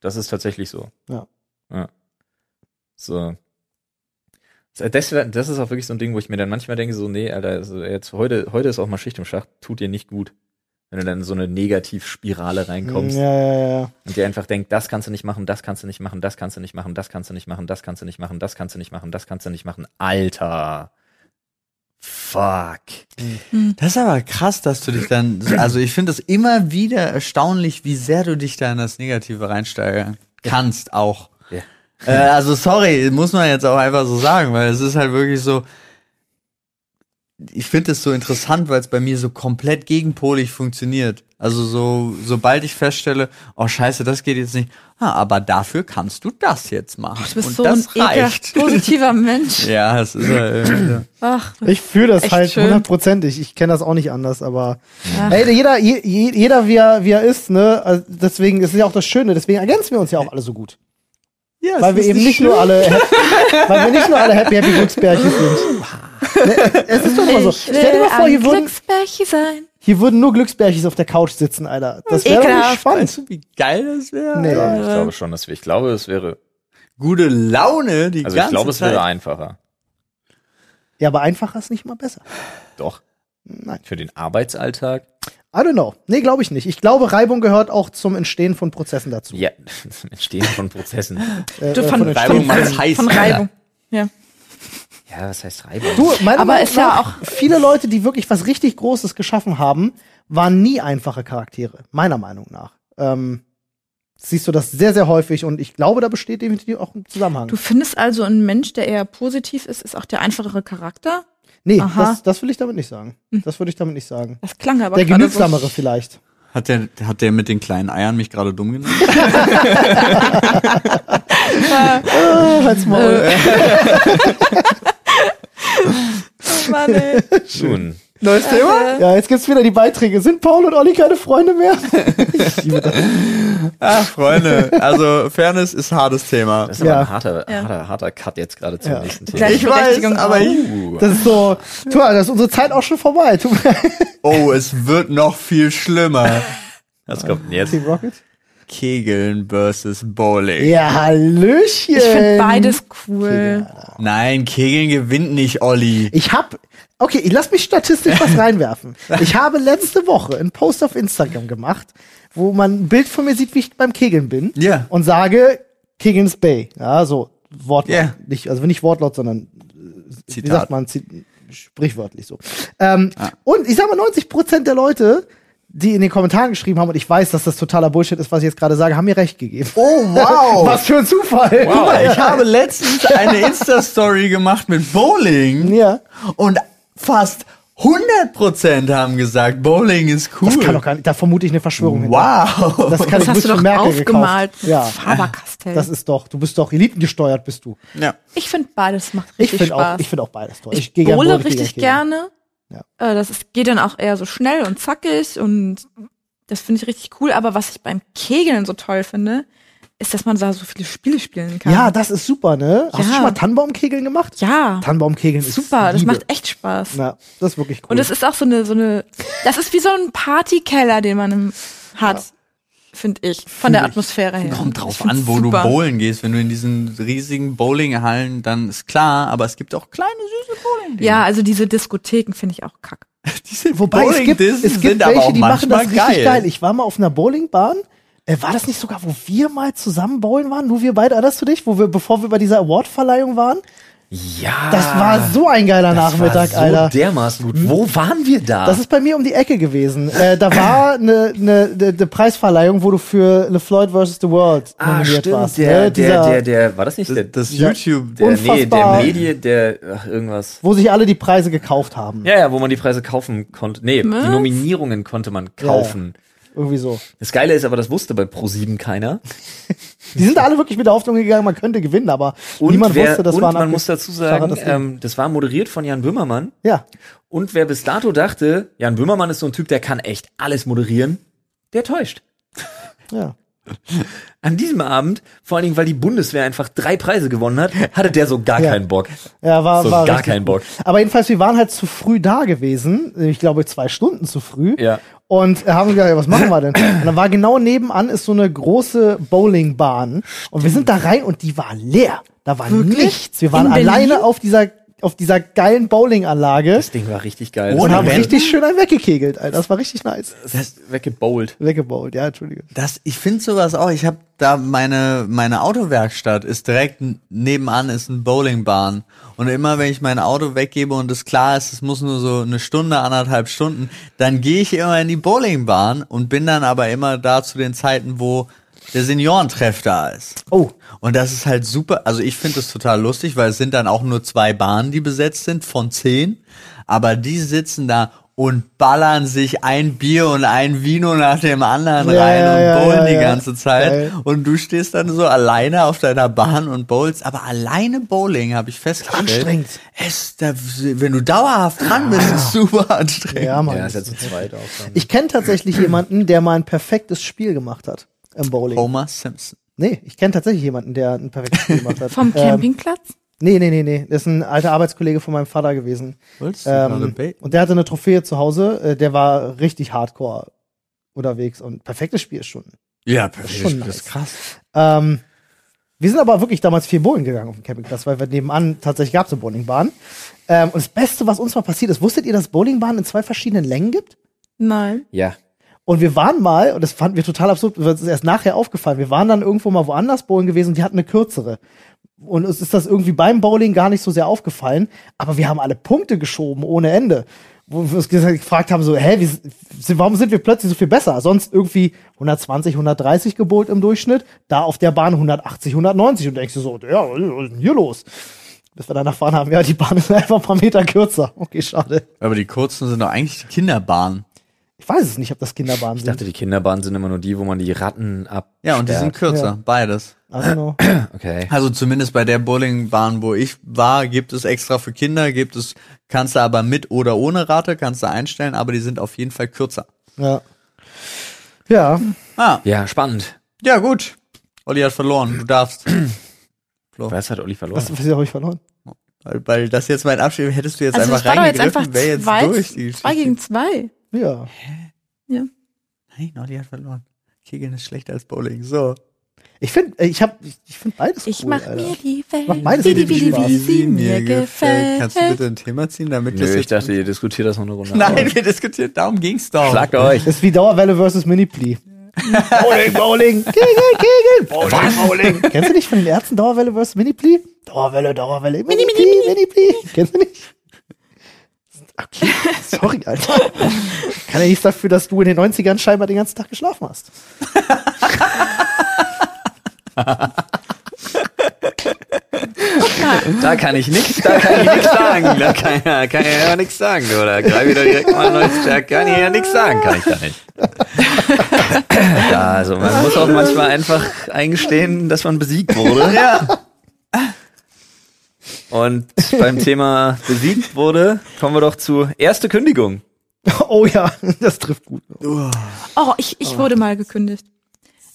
das ist tatsächlich so.
Ja.
ja. So. Das, das ist auch wirklich so ein Ding, wo ich mir dann manchmal denke, so, nee, Alter, also jetzt heute, heute ist auch mal Schicht im Schacht, tut dir nicht gut. Wenn du dann in so eine Negativspirale reinkommst
Ja, ja, ja.
und dir einfach denkt, das kannst du nicht machen, das kannst du nicht machen, das kannst du nicht machen, das kannst du nicht machen, das kannst du nicht machen, das kannst du nicht machen, das kannst du nicht machen. Alter. Fuck.
hm.
Das ist aber krass, dass du dich dann, also ich finde das immer wieder erstaunlich, wie sehr du dich da in das Negative reinsteigern kannst auch.
Ja.
Äh, also sorry, muss man jetzt auch einfach so sagen, weil es ist halt wirklich so, ich finde es so interessant, weil es bei mir so komplett gegenpolig funktioniert. Also so, sobald ich feststelle, oh scheiße, das geht jetzt nicht, ah, aber dafür kannst du das jetzt machen.
Du bist
Und
so ein
das
ekelhaft
reicht.
positiver Mensch.
ja, es ist halt immer wieder-
Ach,
Ich fühle das
Echt
halt
schön.
hundertprozentig. Ich kenne das auch nicht anders, aber
Ach.
Ey, jeder, je, je- jeder wie er, wie er ist, ne? Also deswegen das ist ja auch das Schöne. Deswegen ergänzen wir uns ja auch alle so gut,
ja, es
weil wir
ist
eben nicht
schlimm.
nur alle, happy, weil wir nicht nur alle happy happy Glücksbärchen sind. Ne, Es ist doch immer so.
ich
Stell dir mal vor, hier würden,
Glücksbärchen sein.
hier würden nur Glücksbärchis auf der Couch sitzen, Alter. Das wäre doch
Ekelhaft.
nicht spannend.
Weißt du, wie geil das wäre?
Nee.
Ja, ich glaube schon, dass wir, ich glaube, es wäre,
gute Laune die
also ich
ganze
glaube, es
Zeit.
wäre einfacher.
Ja, aber einfacher ist nicht immer besser.
Doch.
Nein.
Für den Arbeitsalltag?
I don't know. Nee, glaube ich nicht. Ich glaube, Reibung gehört auch zum Entstehen von Prozessen dazu.
Ja, zum Entstehen von Prozessen.
Äh,
Du,
äh,
von
von Entstehen-
Reibung macht's heiß.
Von Reibung. Ja.
Ja, was heißt Reibung?
Du, meiner
Aber
Meinung
ist ja
nach, viele Leute, die wirklich was richtig Großes geschaffen haben, waren nie einfache Charaktere, meiner Meinung nach. Ähm, siehst du das sehr, sehr häufig und ich glaube, da besteht definitiv auch ein Zusammenhang.
Du findest also, ein Mensch, der eher positiv ist, ist auch der einfachere Charakter?
nee,
Aha.
das, das will ich damit nicht sagen. Das würde ich damit nicht sagen.
Das klang aber
Der
gerade
genügsamere
so.
vielleicht.
Hat der, hat der mit den kleinen Eiern mich gerade dumm genannt?
Ah, halt's Maul.
Oh Mann, ey.
Nun,
Neues
Äh,
Thema? Ja, jetzt gibt's wieder die Beiträge. Sind Paul und Olli keine Freunde mehr?
Ach, Freunde, also Fairness ist hartes Thema.
das ist aber
Ja.
ein harter,
Ja.
harter, harter Cut jetzt gerade zum
Ja.
nächsten Thema.
Gleich-
Ich weiß,
Berechtigung
aber ich,
Uh,
Das ist so, tu mal, das ist unsere Zeit auch schon vorbei. Tu mal,
oh, es wird noch viel schlimmer.
was kommt denn jetzt?
Team Rocket.
Kegeln versus Bowling.
Ja, Hallöchen.
Ich finde beides cool.
Nein, Kegeln gewinnt nicht, Olli.
Ich hab, okay, ich lass mich statistisch was reinwerfen. Ich habe letzte Woche einen Post auf Instagram gemacht, wo man ein Bild von mir sieht, wie ich beim Kegeln bin.
Ja.
Und sage, Kegelns Bay. Ja, so, Wortlaut.
Ja.
Nicht, also nicht Wortlaut, sondern, wie
Zitat.
sagt man, Zi- sprichwörtlich so. Ähm, Und ich sag mal, 90 Prozent der Leute, die in den Kommentaren geschrieben haben, und ich weiß, dass das totaler Bullshit ist, was ich jetzt gerade sage, haben mir recht gegeben.
Oh, wow.
Was für ein Zufall.
Guck mal, ich habe letztens eine Insta-Story gemacht mit Bowling
Ja.
und fast 100% haben gesagt, Bowling ist cool.
Das kann doch gar nicht, da vermute ich eine Verschwörung hinter.
wow.
Das, kann Also, ich
Das hast du
Merkel
doch aufgemalt
Gekauft.
mit
Ja,
Faber-Castell.
das ist doch. Du bist doch elitengesteuert, bist du.
ja.
ich finde beides macht
Ich
richtig
finde auch,
Spaß.
ich finde auch beides toll.
ich
gehe gern
bowle
bowlen, ich gehe
richtig
gern
gerne.
Ja.
Äh, Das ist, geht dann auch eher so schnell und zackig und das finde ich richtig cool. Aber was ich beim Kegeln so toll finde, ist, dass man da so viele Spiele spielen kann.
Kegeln. Ja, das ist super, ne? Hast du
Ja.
schon mal Tannenbaumkegeln gemacht?
ja.
Tannenbaumkegeln ist
super. Das
Liebe.
macht echt Spaß.
Ja, das ist wirklich cool.
Und es ist auch so eine, so eine, das ist wie so ein Partykeller, den man im, hat, finde ich, von der Atmosphäre her.
Kommt drauf
Ich find's
an, wo
super.
du bowlen gehst. Wenn du in diesen riesigen Bowlinghallen, dann ist klar, aber es gibt auch kleine süße Bowling.
Ja, also diese Diskotheken finde ich auch kack.
Diese
Wobei es gibt, es
Bowling-Dissen
gibt
sind aber
welche,
auch
die machen das
manchmal
richtig geil. Ich war mal auf einer Bowlingbahn. Äh, war das nicht Ah, sogar, wo wir mal zusammen bowlen waren? Nur wir beide, erinnerst du dich? Wo wir, bevor wir bei dieser Awardverleihung waren?
Ja.
Das war so ein geiler Nachmittag,
Ah, so
Alter.
dermaßen gut. Wo waren wir da?
Das ist bei mir um die Ecke gewesen. Äh, da war eine ne, ne, ne Preisverleihung, wo du für Le Floyd vs. The World
ah,
nominiert
stimmt.
warst.
der,
ne?
der,
Dieser-
der, der, war das nicht der?
Das
Ja.
YouTube,
der, nee, der
unfassbar-
Medien, der, ach, irgendwas.
Wo sich alle die Preise gekauft haben.
Ja, ja, wo man die Preise kaufen konnte. Nee,
Was?
die Nominierungen konnte man kaufen.
Irgendwie so.
Das Geile ist aber, das wusste bei Pro7 keiner.
Die sind alle wirklich mit der Hoffnung gegangen, man könnte gewinnen, aber
Und
niemand
wer,
wusste, das
und
war ein
man
abge-
muss dazu
Fahrrad,
sagen,
das Ding.
ähm, das war moderiert von Jan Böhmermann.
Ja.
Und wer bis dato dachte, Jan Böhmermann ist so ein Typ, der kann echt alles moderieren, der täuscht.
ja.
An diesem Abend, vor allen Dingen, weil die Bundeswehr einfach drei Preise gewonnen hat, hatte der so gar
Ja.
keinen Bock.
Ja, war,
So
war
gar
richtig
keinen
gut.
Bock.
Aber jedenfalls, wir waren halt zu früh da gewesen. Ich glaube, zwei Stunden zu früh.
Ja.
Und haben gesagt, ja, was machen wir denn? Und dann war genau nebenan ist so eine große Bowlingbahn. Und wir sind da rein und die war leer. Da war nichts. Wir waren
In Berlin?
alleine auf dieser, auf dieser geilen Bowlinganlage
Das Ding war richtig geil.
und
Ohne
haben
Wände?
richtig schön einen weggekegelt, Alter. Das war richtig nice.
das ist weggebowlt.
Weggebowlt, ja, Entschuldige.
Das, ich finde sowas auch. Ich habe da meine meine Autowerkstatt ist direkt n- nebenan ist ein Bowlingbahn und immer wenn ich mein Auto weggebe und es klar ist, es muss nur so eine Stunde anderthalb Stunden, dann gehe ich immer in die Bowlingbahn und bin dann aber immer da zu den Zeiten, wo der Seniorentreff da ist.
Oh.
Und das ist halt super. Also ich finde das total lustig, weil es sind dann auch nur zwei Bahnen, die besetzt sind von zehn. Aber die sitzen da und ballern sich ein Bier und ein Vino nach dem anderen
Ja,
rein
ja,
und
ja,
bowlen
ja,
die
ja.
ganze Zeit.
Geil.
Und du stehst dann so alleine auf deiner Bahn und bowlst. Aber alleine Bowling habe ich festgestellt.
Anstrengend.
Es, da, wenn du dauerhaft dran bist, ist super anstrengend.
Ja, Mann.
Ja, ist ja zu zweit auch. dann.
Ich kenne tatsächlich jemanden, der mal ein perfektes Spiel gemacht hat im Bowling.
Oh.
Homer Simpson.
Nee, ich kenne tatsächlich jemanden, der ein perfektes Spiel gemacht hat.
Vom
Ähm,
Campingplatz?
Nee, nee, nee, nee. Das ist ein alter Arbeitskollege von meinem Vater gewesen.
Wolltest du gerade
Ähm,
baiten?
und der hatte eine Trophäe zu Hause. Äh, der war richtig hardcore unterwegs und perfektes Spiel schon.
Ja,
schon
perfekt. Das
nice.
ist krass.
Ähm, wir sind aber wirklich damals viel Bowling gegangen auf dem Campingplatz, weil wir nebenan tatsächlich gab es eine Bowlingbahn. Ähm, und das Beste, was uns mal passiert ist, wusstet ihr, dass es Bowlingbahnen in zwei verschiedenen Längen gibt?
Nein.
Ja.
Und wir waren mal, und das fanden wir total absurd, das ist erst nachher aufgefallen, wir waren dann irgendwo mal woanders bowlen gewesen und die hatten eine kürzere. Und uns ist das irgendwie beim Bowling gar nicht so sehr aufgefallen, aber wir haben alle Punkte geschoben ohne Ende. Wo wir uns ges- gefragt haben, so, hä, wie, sind- warum sind wir plötzlich so viel besser? Sonst irgendwie 120, 130 gebot im Durchschnitt, da auf der Bahn 180, 190 und denkst du so, ja, was ist denn hier los? Bis wir dann erfahren haben, ja, die Bahn ist einfach ein paar Meter kürzer. Okay, schade.
Aber die kurzen sind doch eigentlich die Kinderbahnen.
Ich weiß es nicht, ob das Kinderbahnen
Ich
sind.
dachte, die Kinderbahnen sind immer nur die, wo man die Ratten ab.
Ja, und die sind kürzer,
Ja.
beides.
I don't know.
Okay.
Also zumindest bei der Bowlingbahn, wo ich war, gibt es extra für Kinder, gibt es, kannst du aber mit oder ohne Rate, kannst du einstellen, aber die sind auf jeden Fall kürzer.
Ja. Ja,
Ah,
Ja, spannend.
ja gut. Olli hat verloren, du darfst.
Was hat Olli verloren?
was, was habe ich verloren?
weil, weil das jetzt mein Abschied, hättest du jetzt
Also ich
einfach
war doch jetzt
reingegriffen,
einfach
wäre jetzt
zwei,
durch die
zwei
Geschichte.
gegen zwei.
Ja.
Nein, Olli hat verloren. Kegeln ist schlechter als Bowling, so.
Ich finde, ich habe, ich, ich finde beides
Ich
cool.
mach
Alter.
mir die
Macht
Welt,
beides
wie, die,
irgendwie
wie, die,
Spaß.
wie sie mir
Kannst du bitte
gefällt.
ein Thema ziehen, damit wir
Nö,
es
ich
jetzt...
dachte, ihr diskutiert das noch eine Runde.
Nein, wir diskutieren, darum ging's doch.
Schlagt euch.
Das ist wie Dauerwelle versus Mini-Plee. Bowling, Bowling, Kegel, Kegel. Bowling, Bowling. Kennst du nicht von den Ärzten Dauerwelle versus Mini-Plee? Dauerwelle, Dauerwelle, Mini-Plee, Mini-Plee. Kennst du nicht? Okay, sorry, Alter. Kann ja nichts dafür, dass du in den 90ern scheinbar den ganzen Tag geschlafen hast.
Da kann ich nichts, da kann ich nichts sagen. Da kann, ja- kann ich ja nichts sagen. Oder greif wieder direkt mal ein neues Da kann ich ja nichts sagen, kann ich da nicht. Ja, also man muss auch manchmal einfach eingestehen, dass man besiegt wurde. Ja. Und beim Thema besiegt wurde, kommen wir doch zu erste Kündigung.
Oh ja, das trifft gut.
Oh, ich, ich wurde mal gekündigt.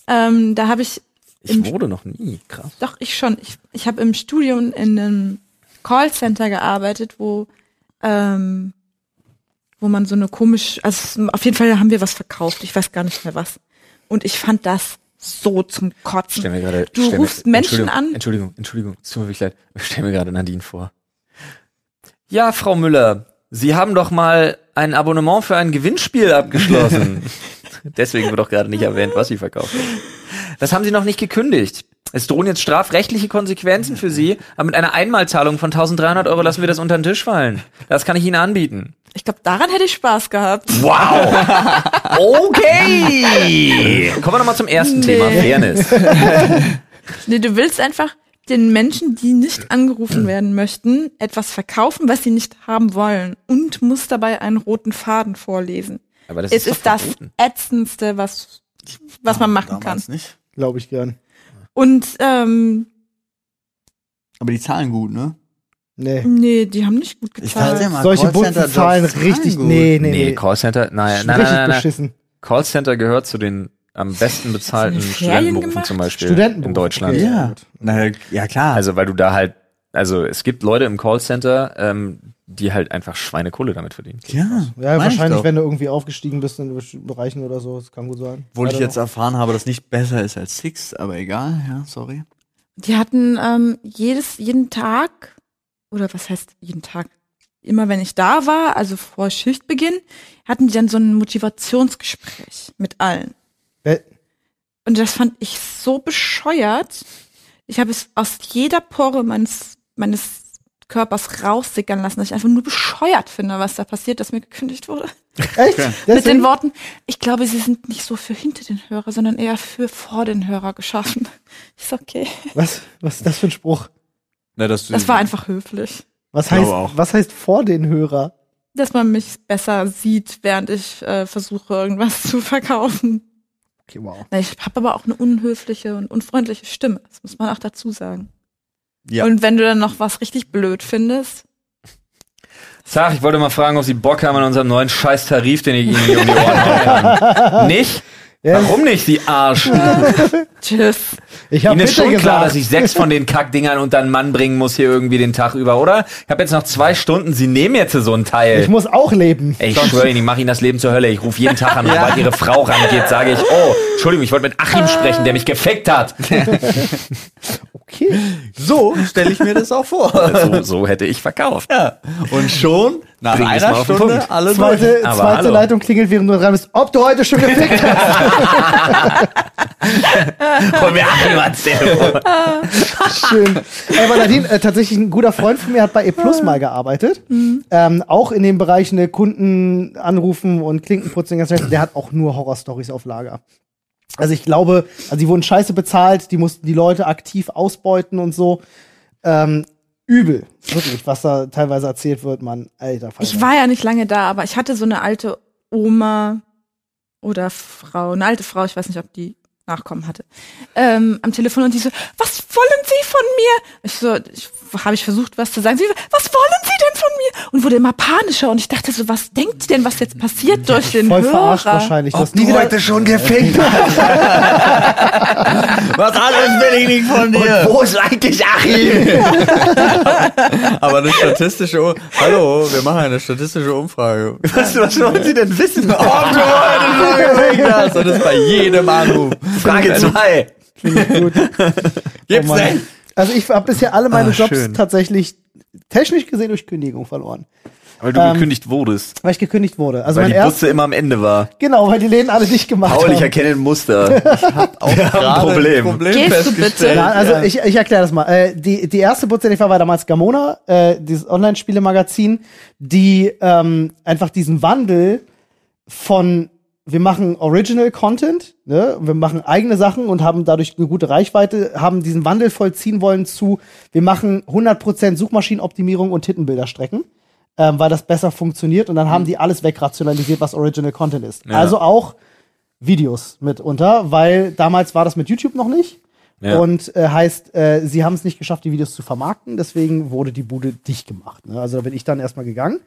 Ähm, da habe ich im
Ich wurde noch nie, krass.
Doch, ich schon. Ich, ich habe im Studium in einem Callcenter gearbeitet, wo, ähm, wo man so eine komisch, also auf jeden Fall haben wir was verkauft, ich weiß gar nicht mehr was. Und ich fand das so zum Kotzen.
Stell mir gerade,
du
stell mir,
rufst Menschen
Entschuldigung,
an.
Entschuldigung, Entschuldigung, es tut mir wirklich leid. Ich stell mir gerade Nadine vor. Ja, Frau Müller, Sie haben doch mal ein Abonnement für ein Gewinnspiel abgeschlossen. Deswegen wird doch gerade nicht erwähnt, was Sie verkauft haben. Das haben Sie noch nicht gekündigt. Es drohen jetzt strafrechtliche Konsequenzen für Sie, aber mit einer Einmalzahlung von 1300 Euro lassen wir das unter den Tisch fallen. Das kann ich Ihnen anbieten.
Ich glaube, daran hätte ich Spaß gehabt.
Wow. Okay. Kommen wir nochmal zum ersten
Nee.
Thema, Fairness.
Nee, du willst einfach den Menschen, die nicht angerufen werden möchten, etwas verkaufen, was sie nicht haben wollen und musst dabei einen roten Faden vorlesen.
Aber das
es
doch
ist das
verboten.
ätzendste, was, was man machen kann.
Damals nicht.
glaube ich gern.
Und ähm,
Aber die zahlen gut, ne?
Nee.
nee, die haben nicht gut
Ich dachte
gezahlt.
immer,
Solche bunten
Callcenter-Jobs
Zahlen
zahlen
richtig.
gut.
Nee, nee,
Nee,
nee.
Callcenter, Ah nein,
richtig
nein, nein, nein, nein.
beschissen.
Callcenter gehört zu den am besten bezahlten
Hast du denn Ferien
Studentenberufen
gemacht?
zum Beispiel
Studentenberuf,
in Deutschland.
okay.
Ja. Na, ja, klar.
Also weil du da halt, also es gibt Leute im Callcenter, ähm, die halt einfach Schweinekohle damit verdienen.
ja,
Ja,
mein ich
wahrscheinlich,
doch.
wenn du irgendwie aufgestiegen bist in bestimmten Bereichen oder so. Das kann gut sein.
Obwohl ich
don't
jetzt
know.
erfahren habe, dass nicht besser ist als Six, aber egal, ja, sorry.
Die hatten ähm, jedes, jeden Tag, oder was heißt jeden Tag? Immer wenn ich da war, also vor Schichtbeginn, hatten die dann so ein Motivationsgespräch mit allen.
Wel-
Und das fand ich so bescheuert. Ich habe es aus jeder Pore meines, meines Körpers raussickern lassen, dass ich einfach nur bescheuert finde, was da passiert, dass mir gekündigt wurde.
Echt?
Mit den
Deswegen?
Worten, ich glaube, sie sind nicht so für hinter den Hörer, sondern eher für vor den Hörer geschaffen. Ist okay.
Was, was ist das für ein Spruch?
Na, dass du
Das war einfach höflich.
Was
Glaube
heißt,
auch.
was heißt vor den Hörer?
Dass man mich besser sieht, während ich äh, versuche, irgendwas zu verkaufen.
Okay, wow.
Na, Ich habe aber auch eine unhöfliche und unfreundliche Stimme. Das muss man auch dazu sagen.
ja.
Und wenn du dann noch was richtig blöd findest,
Sag, ich wollte mal fragen, ob Sie Bock haben an unserem neuen Scheiß-Tarif, den ich Ihnen hier um die Ohren hauen kann. Nicht?
Ja,
Warum nicht, Sie Arsch?
Tschüss.
Ich
Ihnen
habe
ist
bitte
schon klar,
gesagt.
dass ich sechs von den Kackdingern unter einen Mann bringen muss hier irgendwie den Tag über, oder? Ich habe jetzt noch zwei Stunden, Sie nehmen jetzt so einen
ich
Teil.
muss auch leben.
Ey, ich schwöre Ihnen, ich mache Ihnen das Leben zur Hölle. Ich rufe jeden Tag an, sobald Ihre Frau rangeht, sage ich, oh, Entschuldigung, ich wollte mit Achim sprechen, der mich gefickt hat.
Okay.
so stelle ich mir das auch vor.
So, so hätte ich verkauft.
ja. Und schon nach
Bring das mal
einer
auf den
Stunde
Punkt.
alle
Zweite,
Aber
zweite
hallo.
Leitung klingelt, während du dran bist. Ob du heute schon gefickt hast?
Hol mir Achim ans Telefon.
Schön. Ey, aber Nadine, äh, tatsächlich ein guter Freund von mir hat bei E Plus
Ah.
mal gearbeitet.
Mhm.
Ähm, auch in dem Bereich eine Kunden anrufen und Klinken putzen. Ganz der hat auch nur Horrorstories auf Lager. Also ich glaube, also die wurden scheiße bezahlt, die mussten die Leute aktiv ausbeuten und so. Ähm, übel, wirklich, was da teilweise erzählt wird, Mann. Alter, Falter.
Ich war ja nicht lange da, aber ich hatte so eine alte Oma oder Frau, eine alte Frau, ich weiß nicht, ob die Nachkommen hatte, ähm, am Telefon und die so, was wollen Sie von mir? Ich so, ich, habe ich versucht, was zu sagen. Sie so, was wollen Sie denn von mir? Und wurde immer panischer und ich dachte so, was denkt die denn, was jetzt passiert durch den
voll
Hörer?
verarscht wahrscheinlich. Du hast nie wieder,
schon gefickt hast. Was anderes will ich nicht von dir.
Wo ist eigentlich Achim?
Aber eine statistische um Hallo, wir machen eine statistische Umfrage.
Was, was wollen Sie denn wissen?
Ob du heute schon gefickt hast. Und das bei jedem Anruf.
Frage 2.
Gibt's
Mann.
nicht.
Also ich habe bisher alle meine
Ah,
Jobs
schön.
tatsächlich technisch gesehen durch Kündigung verloren.
Weil du
Ähm,
gekündigt wurdest.
Weil ich gekündigt wurde. Also
Weil
mein
die
erst,
Butze immer am Ende war.
genau, weil die Läden alle dicht gemacht
Paul, ich
haben.
erkenne ein Muster.
Auch
Wir haben ein
gerade
Problem.
Gehst du
festgestellt.
Ja, also ich, ich erkläre das mal. Äh, die, die erste Butze, die ich war, war damals Gamona, äh, dieses Online-Spiele-Magazin, die ähm, einfach diesen Wandel von wir machen Original Content, ne? wir machen eigene Sachen und haben dadurch eine gute Reichweite, haben diesen Wandel vollziehen wollen zu, wir machen 100% Suchmaschinenoptimierung und Tittenbilderstrecken, ähm, weil das besser funktioniert und dann haben die alles wegrationalisiert, was Original Content ist.
Ja.
Also auch Videos mitunter, weil damals war das mit YouTube noch nicht.
Ja.
Und äh, heißt, äh, sie haben es nicht geschafft, die Videos zu vermarkten, deswegen wurde die Bude dicht gemacht. Ne? Also da bin ich dann erstmal gegangen.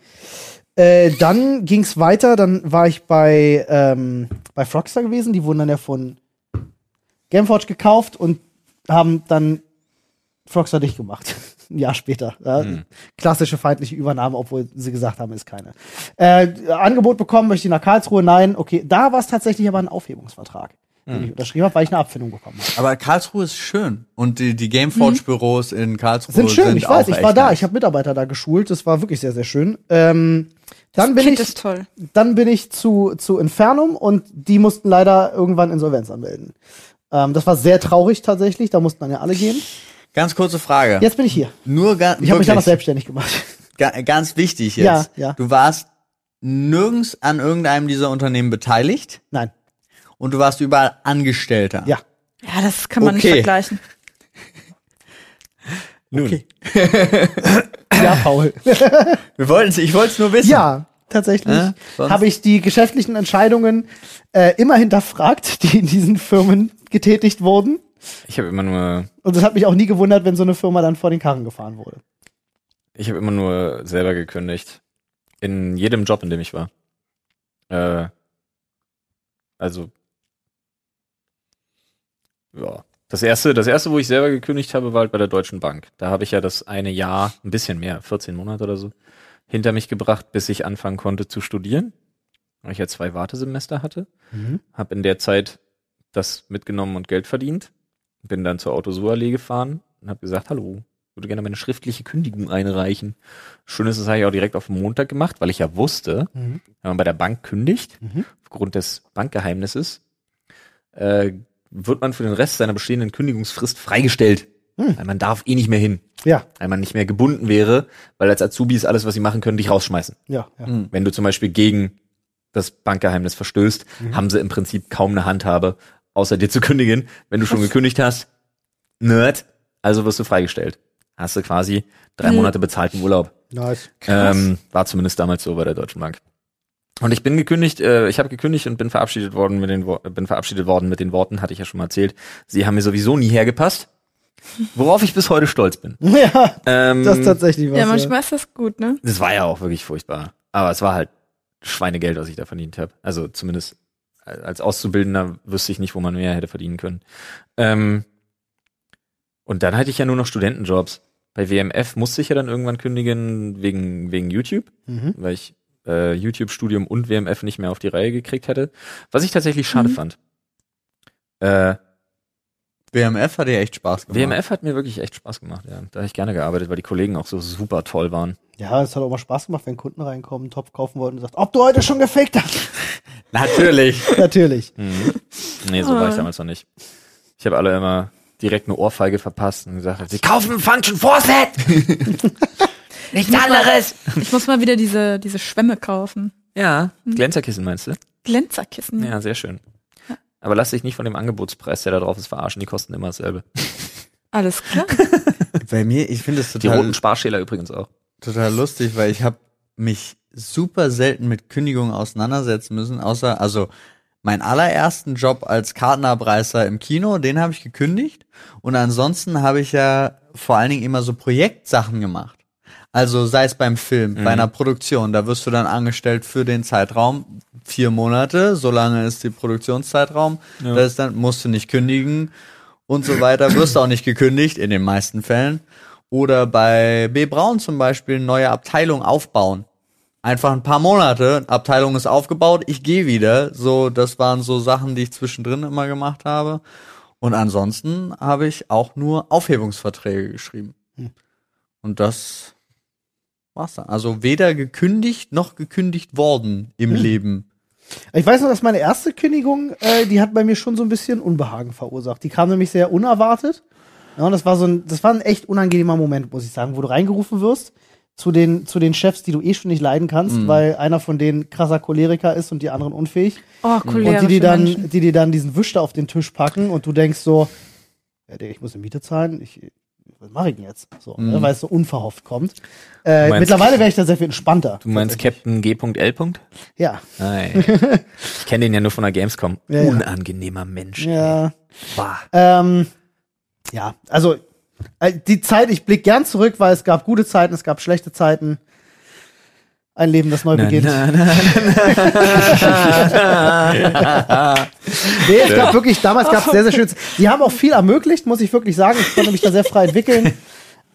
Äh, dann ging es weiter, dann war ich bei, ähm, bei Frogstar gewesen, die wurden dann ja von Gameforge gekauft und haben dann Frogstar dicht gemacht. Ein Jahr später. Ja. Klassische feindliche Übernahme, obwohl sie gesagt haben, ist keine. Äh, Angebot bekommen, möchte ich nach Karlsruhe? Nein. Okay, da war es tatsächlich aber ein Aufhebungsvertrag, den ich unterschrieben habe, weil ich eine Abfindung bekommen habe.
Aber Karlsruhe ist schön. Und die, die Gameforge-Büros in Karlsruhe
Sind schön, ich weiß,
auch
ich war
echt
da,
nice.
ich habe Mitarbeiter da geschult, das war wirklich sehr, sehr schön. Ähm, dann bin
Kind
ich,
ist toll.
dann bin ich zu, zu Infernum und die mussten leider irgendwann Insolvenz anmelden. Ähm, das war sehr traurig tatsächlich, da mussten dann ja alle gehen.
Ganz kurze Frage.
Jetzt bin ich hier.
Nur ga
Ich habe mich
wirklich,
damals selbstständig gemacht.
ga ganz wichtig
Ja,
jetzt.
ja.
Du warst nirgends an irgendeinem dieser Unternehmen beteiligt
Nein,
und du warst überall Angestellter.
ja.
Ja, das kann man nicht
Okay.
vergleichen.
Nun,
Ja, Paul.
wir wollten's, ich wollte es nur wissen.
Ja, tatsächlich
Äh, sonst?
habe ich die geschäftlichen Entscheidungen äh, immer hinterfragt, die in diesen Firmen getätigt wurden.
Ich habe immer nur,
Und es hat mich auch nie gewundert, wenn so eine Firma dann vor den Karren gefahren wurde.
ich habe immer nur selber gekündigt. In jedem Job, in dem ich war. Äh, also, ja. Das erste, das erste, wo ich selber gekündigt habe, war halt bei der Deutschen Bank. Da habe ich ja das eine Jahr, ein bisschen mehr, 14 Monate oder so, hinter mich gebracht, bis ich anfangen konnte zu studieren. Weil ich ja zwei Wartesemester hatte. Hab in der Zeit das mitgenommen und Geld verdient. Bin dann zur Autosurallee gefahren und habe gesagt, hallo, würde gerne meine schriftliche Kündigung einreichen. Schön ist, das habe ich auch direkt auf den Montag gemacht, weil ich ja wusste,
Mhm.
wenn man bei der Bank kündigt,
Mhm.
aufgrund des Bankgeheimnisses, äh, wird man für den Rest seiner bestehenden Kündigungsfrist freigestellt.
Hm.
Weil man darf eh nicht mehr hin,
Ja,
weil man nicht mehr gebunden wäre, weil als Azubi ist alles, was sie machen können, dich rausschmeißen.
ja, ja.
Wenn du zum Beispiel gegen das Bankgeheimnis verstößt,
Mhm.
haben sie im Prinzip kaum eine Handhabe, außer dir zu kündigen. Wenn du schon gekündigt hast, nerd, also wirst du freigestellt. Hast du quasi drei
Mhm.
Monate bezahlten Urlaub.
Nice.
Ähm, war zumindest damals so bei der Deutschen Bank. Und ich bin gekündigt, äh, ich habe gekündigt und bin verabschiedet worden mit den Wo bin verabschiedet worden mit den Worten, hatte ich ja schon mal erzählt. Sie haben mir sowieso nie hergepasst, worauf ich bis heute stolz bin.
Ja,
Ähm,
das ist tatsächlich was.
Ja, manchmal ist das gut, ne?
das war ja auch wirklich furchtbar. Aber es war halt Schweinegeld, was ich da verdient habe. Also zumindest als Auszubildender wüsste ich nicht, wo man mehr hätte verdienen können. Ähm, und dann hatte ich ja nur noch Studentenjobs. Bei WMF musste ich ja dann irgendwann kündigen wegen, wegen YouTube,
Mhm.
weil ich äh, YouTube-Studium und WMF nicht mehr auf die Reihe gekriegt hätte. Was ich tatsächlich schade fand. Äh,
WMF hat dir echt Spaß gemacht.
WMF hat mir wirklich echt Spaß gemacht. Ja. Da habe ich gerne gearbeitet, weil die Kollegen auch so super toll waren.
Ja, es hat auch mal Spaß gemacht, wenn Kunden reinkommen, einen Topf kaufen wollten und sagt, ob du heute schon gefickt hast.
Natürlich.
Natürlich.
Mhm. Nee, so war ich damals noch nicht. Ich habe alle immer direkt eine Ohrfeige verpasst und gesagt, ich kaufe ein Function Set. Nichts anderes.
Ich muss mal wieder diese, diese Schwämme kaufen.
Ja, Glänzerkissen meinst du?
Glänzerkissen.
Ja, sehr schön. Aber lass dich nicht von dem Angebotspreis, der da drauf ist, verarschen. Die kosten immer dasselbe.
Alles klar.
Bei mir, ich finde es
Die
total
roten Sparschäler übrigens auch.
total lustig, weil ich habe mich super selten mit Kündigungen auseinandersetzen müssen, außer also meinen allerersten Job als Kartenabreißer im Kino, den habe ich gekündigt und ansonsten habe ich ja vor allen Dingen immer so Projektsachen gemacht. Also sei es beim Film, bei einer Produktion, da wirst du dann angestellt für den Zeitraum vier Monate, so lange ist die Produktionszeitraum, das ist dann musst du nicht kündigen und so weiter, wirst auch nicht gekündigt in den meisten Fällen. Oder bei B. Braun zum Beispiel neue Abteilung aufbauen. Einfach ein paar Monate, Abteilung ist aufgebaut, ich gehe wieder. So, das waren so Sachen, die ich zwischendrin immer gemacht habe. Und ansonsten habe ich auch nur Aufhebungsverträge geschrieben. Und das war's dann. Also weder gekündigt noch gekündigt worden im Leben.
Ich weiß noch, dass meine erste Kündigung, äh, die hat bei mir schon so ein bisschen Unbehagen verursacht. Die kam nämlich sehr unerwartet. Ja, und das war so ein, das war ein echt unangenehmer Moment, muss ich sagen, wo du reingerufen wirst zu den, zu den Chefs, die du eh schon nicht leiden kannst, weil einer von denen krasser Choleriker ist und die anderen unfähig.
Oh,
Und die,
cholerische
die dann,
Menschen.
die, die dann diesen Wisch da auf den Tisch packen und du denkst so, ja, Digga, ich muss eine Miete zahlen, ich, was mache ich denn jetzt? So, ne, weil es so unverhofft kommt. Äh,
Mhm. Du meinst-
mittlerweile wäre ich da sehr viel entspannter.
Du meinst Captain G.L.
Ja.
Nein. ich kenne den ja nur von der Gamescom.
Ja, ja.
Unangenehmer Mensch.
Ja.
Bah.
Ähm, ja, also äh, die Zeit, ich blicke gern zurück, weil es gab gute Zeiten, es gab schlechte Zeiten. Ein Leben, das neu
Na,
beginnt.
na, na,
Nee, es gab wirklich, damals gab es sehr, sehr schön. Die haben auch viel ermöglicht, muss ich wirklich sagen. Ich konnte mich da sehr frei entwickeln.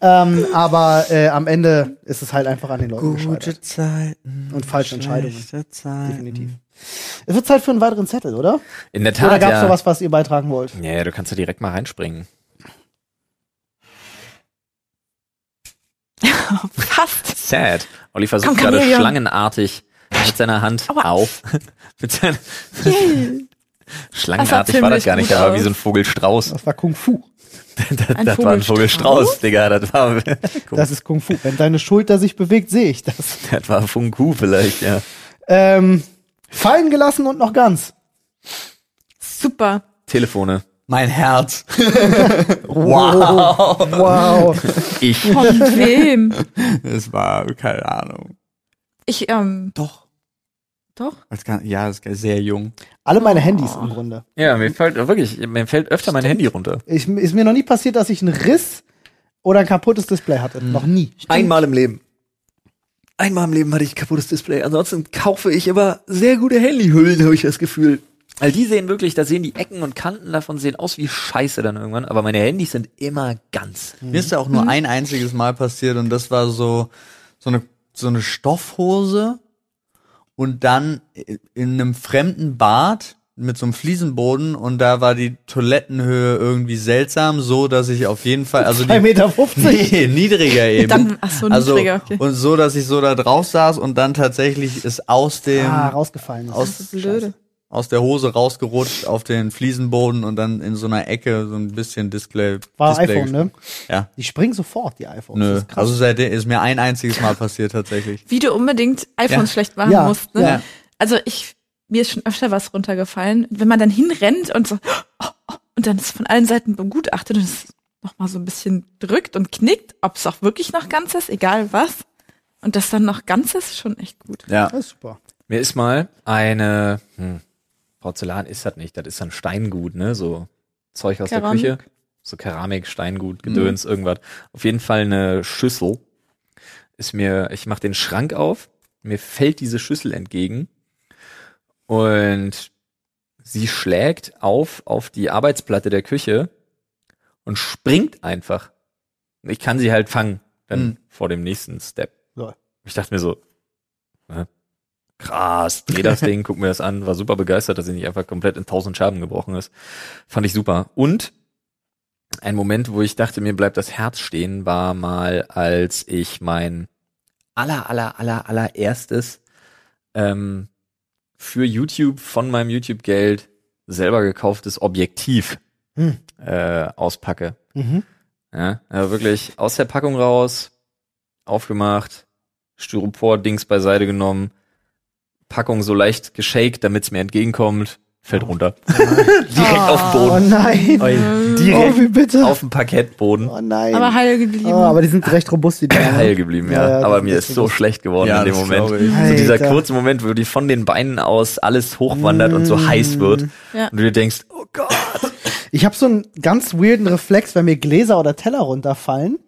Ähm, aber äh, am Ende ist es halt einfach an den Leuten gescheitert.
Zeiten.
Und falsche Entscheidungen.
Zeiten.
Definitiv. Es wird Zeit für einen weiteren Zettel, oder?
In der Tat,
Oder gab es
ja.
noch was, was ihr beitragen wollt?
Ja, ja, du kannst ja direkt mal reinspringen.
Fast.
Sad. Olli versucht
Komm,
gerade
Chamäleon.
schlangenartig mit seiner Hand
Aua.
auf. mit seiner,
Das
Schlangenartig
sah
war das
ziemlich
gar nicht,
gut
da war wie
aus.
so ein Vogelstrauß.
Das war Kung Fu.
Das,
Ein
das war ein
Vogelstrauß?
Vogelstrauß, Digga. Das war,
Das ist Kung Fu. Wenn deine Schulter sich bewegt, sehe ich das.
das war Funku vielleicht, ja.
Ähm, fallen gelassen und noch ganz.
Super.
Telefone.
Mein Herz.
Wow. Wow.
Ich.
Von wem?
Es war, keine Ahnung.
Ich, ähm,
Doch.
doch.
Das kann, ja, das ist sehr jung.
Alle meine Handys im Grunde.
Ja, mir fällt wirklich, mir fällt öfter mein Handy runter.
Ich, ist mir noch nie passiert, dass ich einen Riss oder ein kaputtes Display hatte. Noch nie.
Einmal im Leben. Einmal im Leben hatte ich ein kaputtes Display. Ansonsten kaufe ich immer sehr gute Handyhüllen, habe ich das Gefühl.
Weil die sehen wirklich, da sehen die Ecken und Kanten davon sehen aus wie Scheiße dann irgendwann, aber meine Handys sind immer ganz.
Mir ist ja auch
Mhm.
nur ein einziges Mal passiert und das war so, so eine, so eine Stoffhose und dann in einem fremden Bad mit so einem Fliesenboden und da war die Toilettenhöhe irgendwie seltsam, so dass ich auf jeden Fall, also
2,50
die,
Meter. 50.
Nee, niedriger eben.
Dann- ach so,
also,
niedriger, okay.
Und so, dass ich so da drauf saß und dann tatsächlich ist aus dem,
Ah, rausgefallen. Ist.
aus,
Blöde.
aus der Hose rausgerutscht auf den Fliesenboden und dann in so einer Ecke so ein bisschen Display.
War
Display
iPhone, ne?
Ja.
Die springen sofort, die iPhones.
Nö.
Das ist krass.
Also seitdem ist mir ein einziges Mal passiert tatsächlich.
Wie du unbedingt iPhones
Ja.
schlecht machen
Ja,
musst, ne?
ja.
Also ich, mir ist schon öfter was runtergefallen. Wenn man dann hinrennt und so, oh, oh, und dann ist von allen Seiten begutachtet und es nochmal so ein bisschen drückt und knickt, ob es auch wirklich noch ganz ist, egal was. Und das dann noch ganz ist, schon echt gut.
Ja.
das ist super.
Mir ist mal eine hm, Porzellan ist das nicht, das ist dann Steingut, ne, so Zeug aus
Keramik.
der Küche, so Keramik, Steingut, Gedöns, irgendwas. Auf jeden Fall eine Schüssel ist mir, ich mach den Schrank auf, mir fällt diese Schüssel entgegen und sie schlägt auf auf die Arbeitsplatte der Küche und springt einfach. Ich kann sie halt fangen, dann
Mhm.
vor dem nächsten Step.
Lol.
Ich dachte mir so, ne? krass, dreh das Ding, guck mir das an, war super begeistert, dass sie nicht einfach komplett in tausend Scherben gebrochen ist. Fand ich super. Und ein Moment, wo ich dachte, mir bleibt das Herz stehen, war mal, als ich mein aller, aller, aller, allererstes ähm, für YouTube von meinem YouTube-Geld selber gekauftes Objektiv
Hm.
äh, auspacke.
Mhm.
Ja, also wirklich aus der Packung raus, aufgemacht, Styropor-Dings beiseite genommen, Packung so leicht geshaked, damit es mir entgegenkommt, fällt runter. Direkt auf den
Oh
Boden.
nein.
Oi,
Oh, wie
Direkt
bitte.
auf dem Parkettboden.
oh nein.
Aber halt heil geblieben.
oh, aber die sind recht robust, die Dinger.
Heil geblieben,
Ja,
ja.
ja,
Aber
das
mir
ist
ist so
richtig.
schlecht geworden
Ja,
in dem
das
Moment.
glaube ich.
So dieser
Alter.
kurze Moment, wo die von den Beinen aus alles hochwandert und so heiß wird.
Mm.
Ja.
Und du dir denkst, oh Gott.
Ich habe so einen ganz weirden Reflex, wenn mir Gläser oder Teller runterfallen,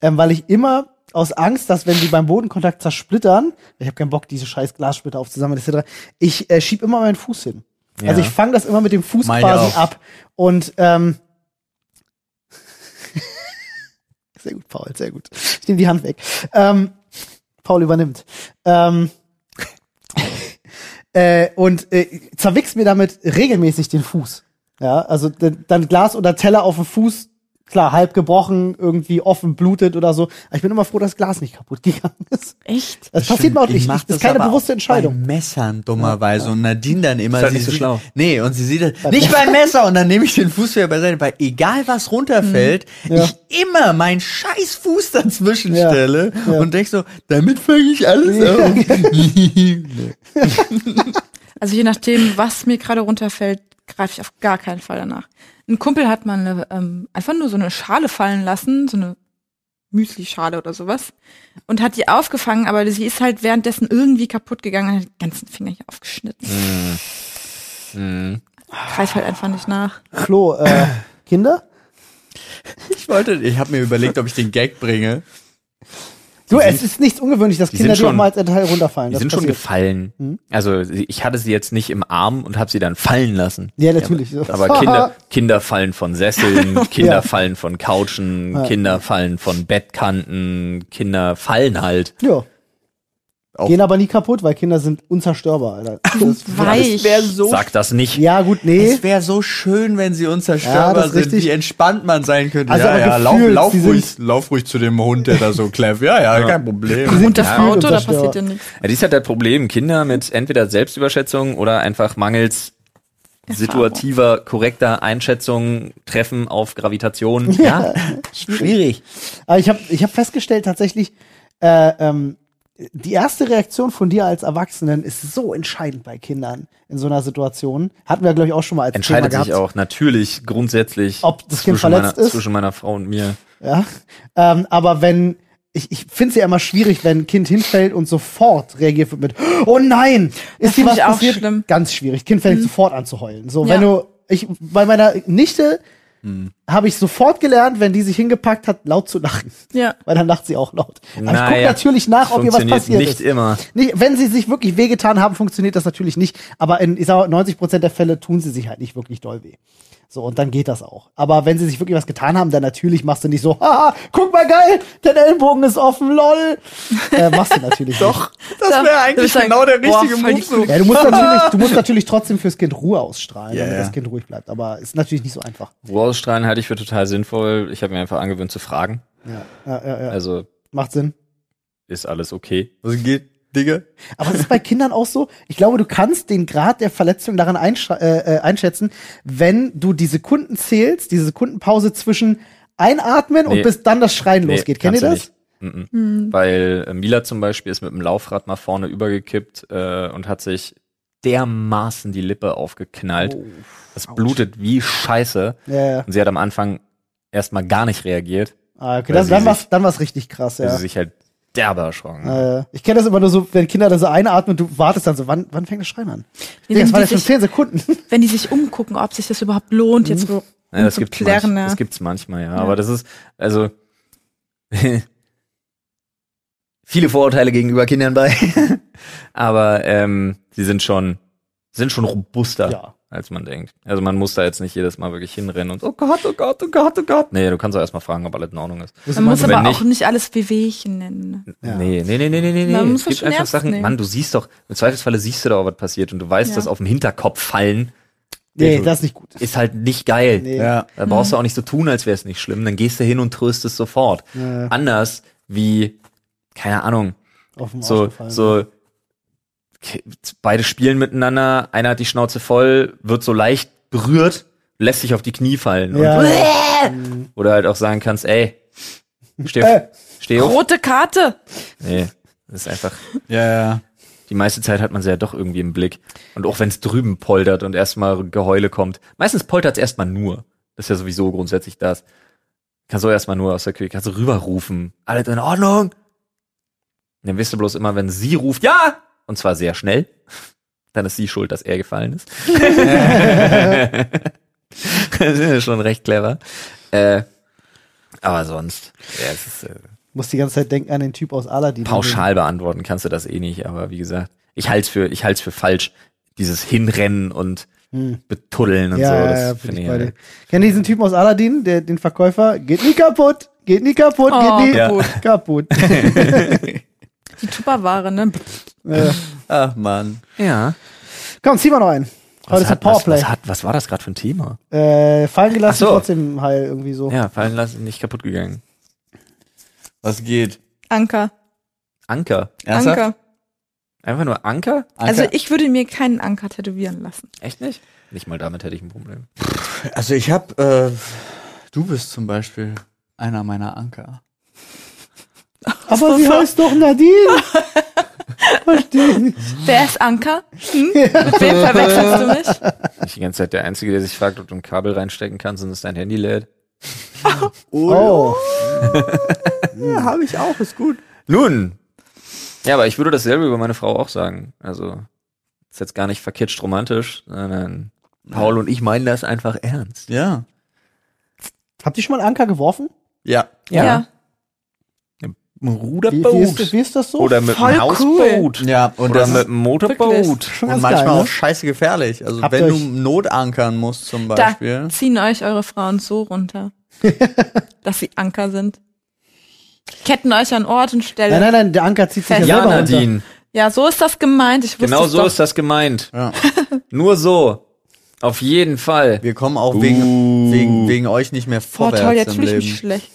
ähm, weil ich immer aus Angst, dass wenn die beim Bodenkontakt zersplittern, ich habe keinen Bock, diese scheiß Glassplitter aufzusammeln, etc., ich äh, schieb immer meinen Fuß hin. Also ich fange das immer mit dem Fuß
Meine
quasi
auch.
ab. Und ähm, sehr gut, Paul, sehr gut. Ich nehme die Hand weg. Ähm, Paul übernimmt. Ähm, äh, und äh, zerwichst mir damit regelmäßig den Fuß. Ja, also d- dann Glas oder Teller auf dem Fuß, klar, halb gebrochen, irgendwie offen blutet oder so. Aber ich bin immer froh, dass das Glas nicht kaputt gegangen ist.
Echt?
Das, passiert mir auch nicht. Das ist keine
aber
bewusste
auch
Entscheidung.
Bei Messern dummerweise und Nadine dann immer.
Ist halt
sie
nicht so
sieht-
schlau.
Nee, und sie sieht das, nicht beim Messer und dann nehme ich den Fuß wieder beiseite, weil egal was runterfällt, ich immer meinen scheiß Fuß dazwischen
Hm. Ja.
stelle
Ja.
und denk so, damit fange ich alles auf. Nee.
Also je nachdem, was mir gerade runterfällt, greife ich auf gar keinen Fall danach. Ein Kumpel hat mal eine, ähm, einfach nur so eine Schale fallen lassen, so eine Müslischale oder sowas, und hat die aufgefangen, aber sie ist halt währenddessen irgendwie kaputt gegangen und hat den ganzen Finger hier aufgeschnitten.
Mhm.
Hm.
Greif halt einfach nicht nach.
Flo, äh, Kinder?
Ich wollte, ich habe mir überlegt, ob ich den Gag bringe.
Du, es ist nichts ungewöhnlich, dass
die
Kinder
sind
dir auch
schon-
mal als Teil runterfallen.
Die
Das
sind schon
passiert. Hm?
gefallen. Also ich hatte sie jetzt nicht im Arm und habe sie dann fallen lassen.
Ja, natürlich.
Aber Kinder, Kinder fallen von Sesseln, Kinder
Ja.
fallen von Couchen, Kinder fallen von Bettkanten, Kinder fallen halt.
Ja.
Auch-
Gehen aber nie kaputt, weil Kinder sind unzerstörbar, Alter. Das-
Weich.
so
Sag das nicht.
ja, gut, nee.
Es wäre so schön, wenn sie
Eh? Ja,
unzerstörbar
das ist
sind,
richtig.
wie entspannt man sein könnte.
Also aber
ja, ja, lauf,
gefühlt,
lauf,
sie sind-
ruhig, lauf ruhig zu dem Hund, der da so kläfft. Ja, ja, kein Problem.
Und das
gefühlt
Auto, da
unzerstörbar.
passiert ja nichts.
Ja, dies ist halt das Problem. Kinder mit entweder Selbstüberschätzung oder einfach mangels situativer, korrekter Einschätzungen treffen auf Gravitation.
Ja.
schwierig.
Aber ich habe ich hab festgestellt, tatsächlich, äh, ähm, die erste Reaktion von dir als Erwachsenen ist so entscheidend bei Kindern in so einer Situation. Hatten wir, glaube ich, auch schon mal als
Entscheidet
Thema
sich
gehabt.
auch natürlich grundsätzlich
Ob das Kind
zwischen
verletzt
meiner,
ist?
zwischen meiner Frau und mir.
Ja? Ähm, aber wenn, ich, ich finde es ja immer schwierig, wenn ein Kind hinfällt und sofort reagiert wird mit, oh nein, ist dir
find
was
ich auch
passiert?
schlimm. Mhm.
Ganz schwierig. Kind fängt sofort an zu heulen. So,
Ja.
wenn du, ich, bei meiner Nichte
Mhm.
habe ich sofort gelernt, wenn die sich hingepackt hat, laut zu lachen.
Ja.
Weil dann lacht sie auch laut. Aber Also ich gucke
Naja,
natürlich nach, ob ihr was
funktioniert
passiert ist.
nicht immer.
Nicht, wenn sie sich wirklich wehgetan haben, funktioniert das natürlich nicht. Aber in ich sag, mal, 90 Prozent der Fälle tun sie sich halt nicht wirklich doll weh. So, und dann geht das auch. Aber wenn sie sich wirklich was getan haben, dann natürlich machst du nicht so, haha, guck mal geil, dein Ellbogen ist offen, lol. Äh, machst du natürlich Doch. Nicht.
Das
Da-
wäre eigentlich
da würd ich
genau der
sagen, boah,
richtige
voll die
Move. So.
coole-
Ja, du musst natürlich, du musst natürlich trotzdem fürs Kind Ruhe ausstrahlen,
Ja,
damit
ja.
das Kind ruhig bleibt. Aber ist natürlich nicht so einfach.
Ruheausstrahlen halte ich für total sinnvoll. Ich habe mir einfach angewöhnt zu fragen.
Ja, ja, ja, ja.
Also
Macht Sinn.
ist alles okay.
Was geht, Digga?
Aber es ist bei Kindern auch so, ich glaube, du kannst den Grad der Verletzung daran einsch äh, äh, einschätzen, wenn du die Sekunden zählst, diese Sekundenpause zwischen einatmen und
Nee.
bis dann das Schreien
Nee,
losgeht. Kennt ihr das?
kannst du nicht. Mhm. Weil äh, Mila zum Beispiel ist mit dem Laufrad mal vorne übergekippt äh, und hat sich dermaßen die Lippe aufgeknallt.
Oh,
Das blutet wie Scheiße.
Ja, ja.
Und sie hat am Anfang erstmal gar nicht reagiert,
Ah, okay.
Weil
Das,
sie
dann
sich-
war's, dann war's richtig krass,
weil
ja.
sie sich halt derbe erschrocken. hat.
Äh, ich kenne das immer nur so, wenn Kinder dann so einatmen, du wartest dann so, wann, wann fängt das Schreien an?
Nee,
Digga,
wenn
das waren
die
jetzt schon
sich-
zehn Sekunden.
Wenn die sich umgucken, ob sich das überhaupt lohnt,
Mhm.
jetzt so ne?
Ja, das,
zu
gibt's manch,
klären, ja.
das gibt's manchmal, ja. Aber das ist, also viele Vorurteile gegenüber Kindern bei. Aber ähm, sie sind schon, sind schon robuster,
Ja.
als man denkt. Also man muss da jetzt nicht jedes Mal wirklich hinrennen und oh Gott, oh Gott, oh Gott, oh Gott. Nee, du kannst auch erstmal fragen, ob alles in Ordnung ist.
Man muss
Wenn
aber
nicht-
auch nicht alles Wehwehchen nennen.
Ja.
Nee, nee, nee, nee, nee, nee.
Man
nee.
muss
es
das
gibt
schon
einfach
ernst
Sachen,
nehmen.
Mann, du siehst doch, im Zweifelsfalle siehst du doch, was passiert und du weißt,
Ja.
dass auf dem Hinterkopf fallen
Nee,
du-
das ist nicht gut.
ist halt nicht geil.
Nee.
Ja.
Da brauchst du auch nicht so tun, als wäre es nicht schlimm. Dann gehst du hin und tröstest sofort.
Ja.
Anders wie, keine Ahnung,
Auf dem
so, so, k- beide spielen miteinander, einer hat die Schnauze voll, wird so leicht berührt, lässt sich auf die Knie fallen.
Ja,
Und,
ja.
oder halt auch sagen kannst, ey, steh,
Äh.
steh auf.
Rote Karte!
Nee, das ist einfach,
Ja, ja.
die meiste Zeit hat man sie ja doch irgendwie im Blick. Und auch wenn es drüben poltert und erstmal Geheule kommt. Meistens poltert es erstmal nur. Das ist ja sowieso grundsätzlich das. Kannst du erstmal nur aus der Küche, kannst du rüberrufen. Alles in Ordnung. Und dann wisst du bloß immer, wenn sie ruft, ja! Und zwar sehr schnell. Dann ist sie schuld, dass er gefallen ist. das ist ja schon recht clever. Äh, aber sonst, ja, es ist, äh,
Muss die ganze Zeit denken an den Typ aus Aladdin.
pauschal beantworten kannst du das eh nicht, aber wie gesagt, ich halte es für, ich halt's für falsch, dieses Hinrennen und Betuddeln und
Hm. Ja,
so.
ja,
Das
ja, bin
finde
ich
ich
bei dir.
halt-
Kennt ihr diesen Typen aus Aladdin, der den Verkäufer, geht nie kaputt, geht nie kaputt,
Oh,
geht nie
Ja.
kaputt.
Die Tupperware, ne?
äh,
Ach, Mann.
ja.
komm, zieh mal noch einen. Heute ist ein
hat, was,
Powerplay.
was, hat, was war das gerade für ein Thema?
äh, fallen gelassen,
Ach so.
trotzdem heil irgendwie so.
Ja, fallen lassen, nicht kaputt gegangen.
Was geht?
Anker.
Anker.
Ernsthaft?
Anker.
Einfach nur Anker?
Also ich würde mir keinen Anker tätowieren lassen.
Echt nicht? Nicht mal damit hätte ich ein Problem.
Also ich hab, äh, du bist zum Beispiel einer meiner Anker.
Aber sie heißt doch Nadine. Verstehe nicht.
Wer ist Anker? Hm? Mit wem verwechselst du mich?
Nicht die ganze Zeit der Einzige, der sich fragt, ob du ein Kabel reinstecken kannst und es dein Handy lädt.
Oh.
Ja, habe ich auch, ist gut.
Nun. Ja, aber ich würde dasselbe über meine Frau auch sagen. Also, ist jetzt gar nicht verkitscht romantisch, sondern Paul und ich meinen das einfach ernst.
Ja.
Habt ihr schon mal einen Anker geworfen?
Ja.
Ein
Wie, wie, ist,
Ruderboot.
wie ist das so?
Oder mit
Voll
einem Hausboot.
Ja, und
Oder
das
mit
ist,
einem Motorboot.
Wirklich?
schon
und
ganz
manchmal
geil, ne?
auch scheiße gefährlich. Also
Habt
wenn
ihr
du
euch-
notankern musst zum
Da
Beispiel.
ziehen euch eure Frauen so runter, dass sie Anker sind. Ketten euch an Ort und Stelle.
Nein, nein, nein, der Anker zieht sich ja,
Ja,
Ja,
selber runter.
Nadine.
Ja, so ist das gemeint. Ich wusste
Genau
es
so
doch.
ist das gemeint.
Ja.
Nur so. Auf jeden Fall.
Wir kommen auch wegen, wegen, wegen euch nicht mehr
Boah,
vorwärts
toll, jetzt
im
fühle ich
Leben.
mich schlecht.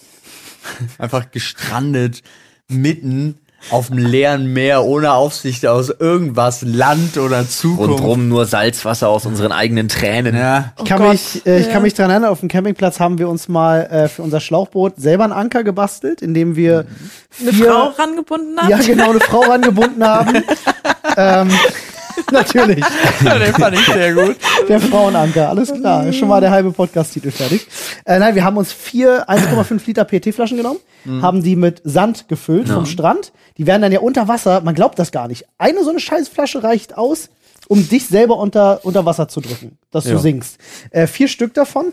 Einfach gestrandet mitten auf dem leeren Meer ohne Aufsicht aus irgendwas, Land oder Zukunft.
Rundrum nur Salzwasser aus unseren eigenen Tränen.
Ja.
Ich kann,
Oh Gott.
mich, äh, ich
Ja.
kann mich dran erinnern, auf dem Campingplatz haben wir uns mal äh, für unser Schlauchboot selber einen Anker gebastelt, indem
Mhm.
wir
Eine
vier,
Frau rangebunden hat.
ja genau, eine Frau angebunden haben. ähm, natürlich,
Den fand ich sehr gut.
der Frauenanker, alles klar, ist schon mal der halbe Podcast-Titel fertig. Äh, nein, wir haben uns vier 1,5 Liter PET-Flaschen genommen, haben die mit Sand gefüllt vom Strand. Die werden dann ja unter Wasser, man glaubt das gar nicht, eine so eine scheiß Flasche reicht aus, um dich selber unter, unter Wasser zu drücken, dass du sinkst. Äh, vier Stück davon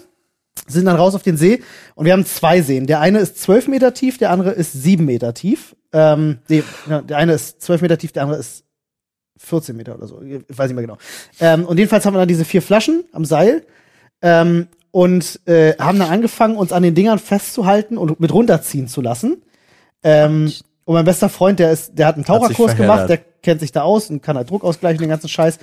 sind dann raus auf den See und wir haben zwei Seen. Der eine ist zwölf Meter tief, der andere ist sieben Meter tief. Ähm, nee, ja, der eine ist zwölf Meter tief, der andere ist 14 Meter oder so. Ich weiß nicht mehr genau. Ähm, und jedenfalls haben wir dann diese vier Flaschen am Seil ähm, und äh, haben dann angefangen, uns an den Dingern festzuhalten und mit runterziehen zu lassen. Ähm, und mein bester Freund, der ist, der hat einen
Hat sich
Taucherkurs gemacht,
verheddert.
der kennt sich da aus und kann halt Druck ausgleichen, den ganzen Scheiß.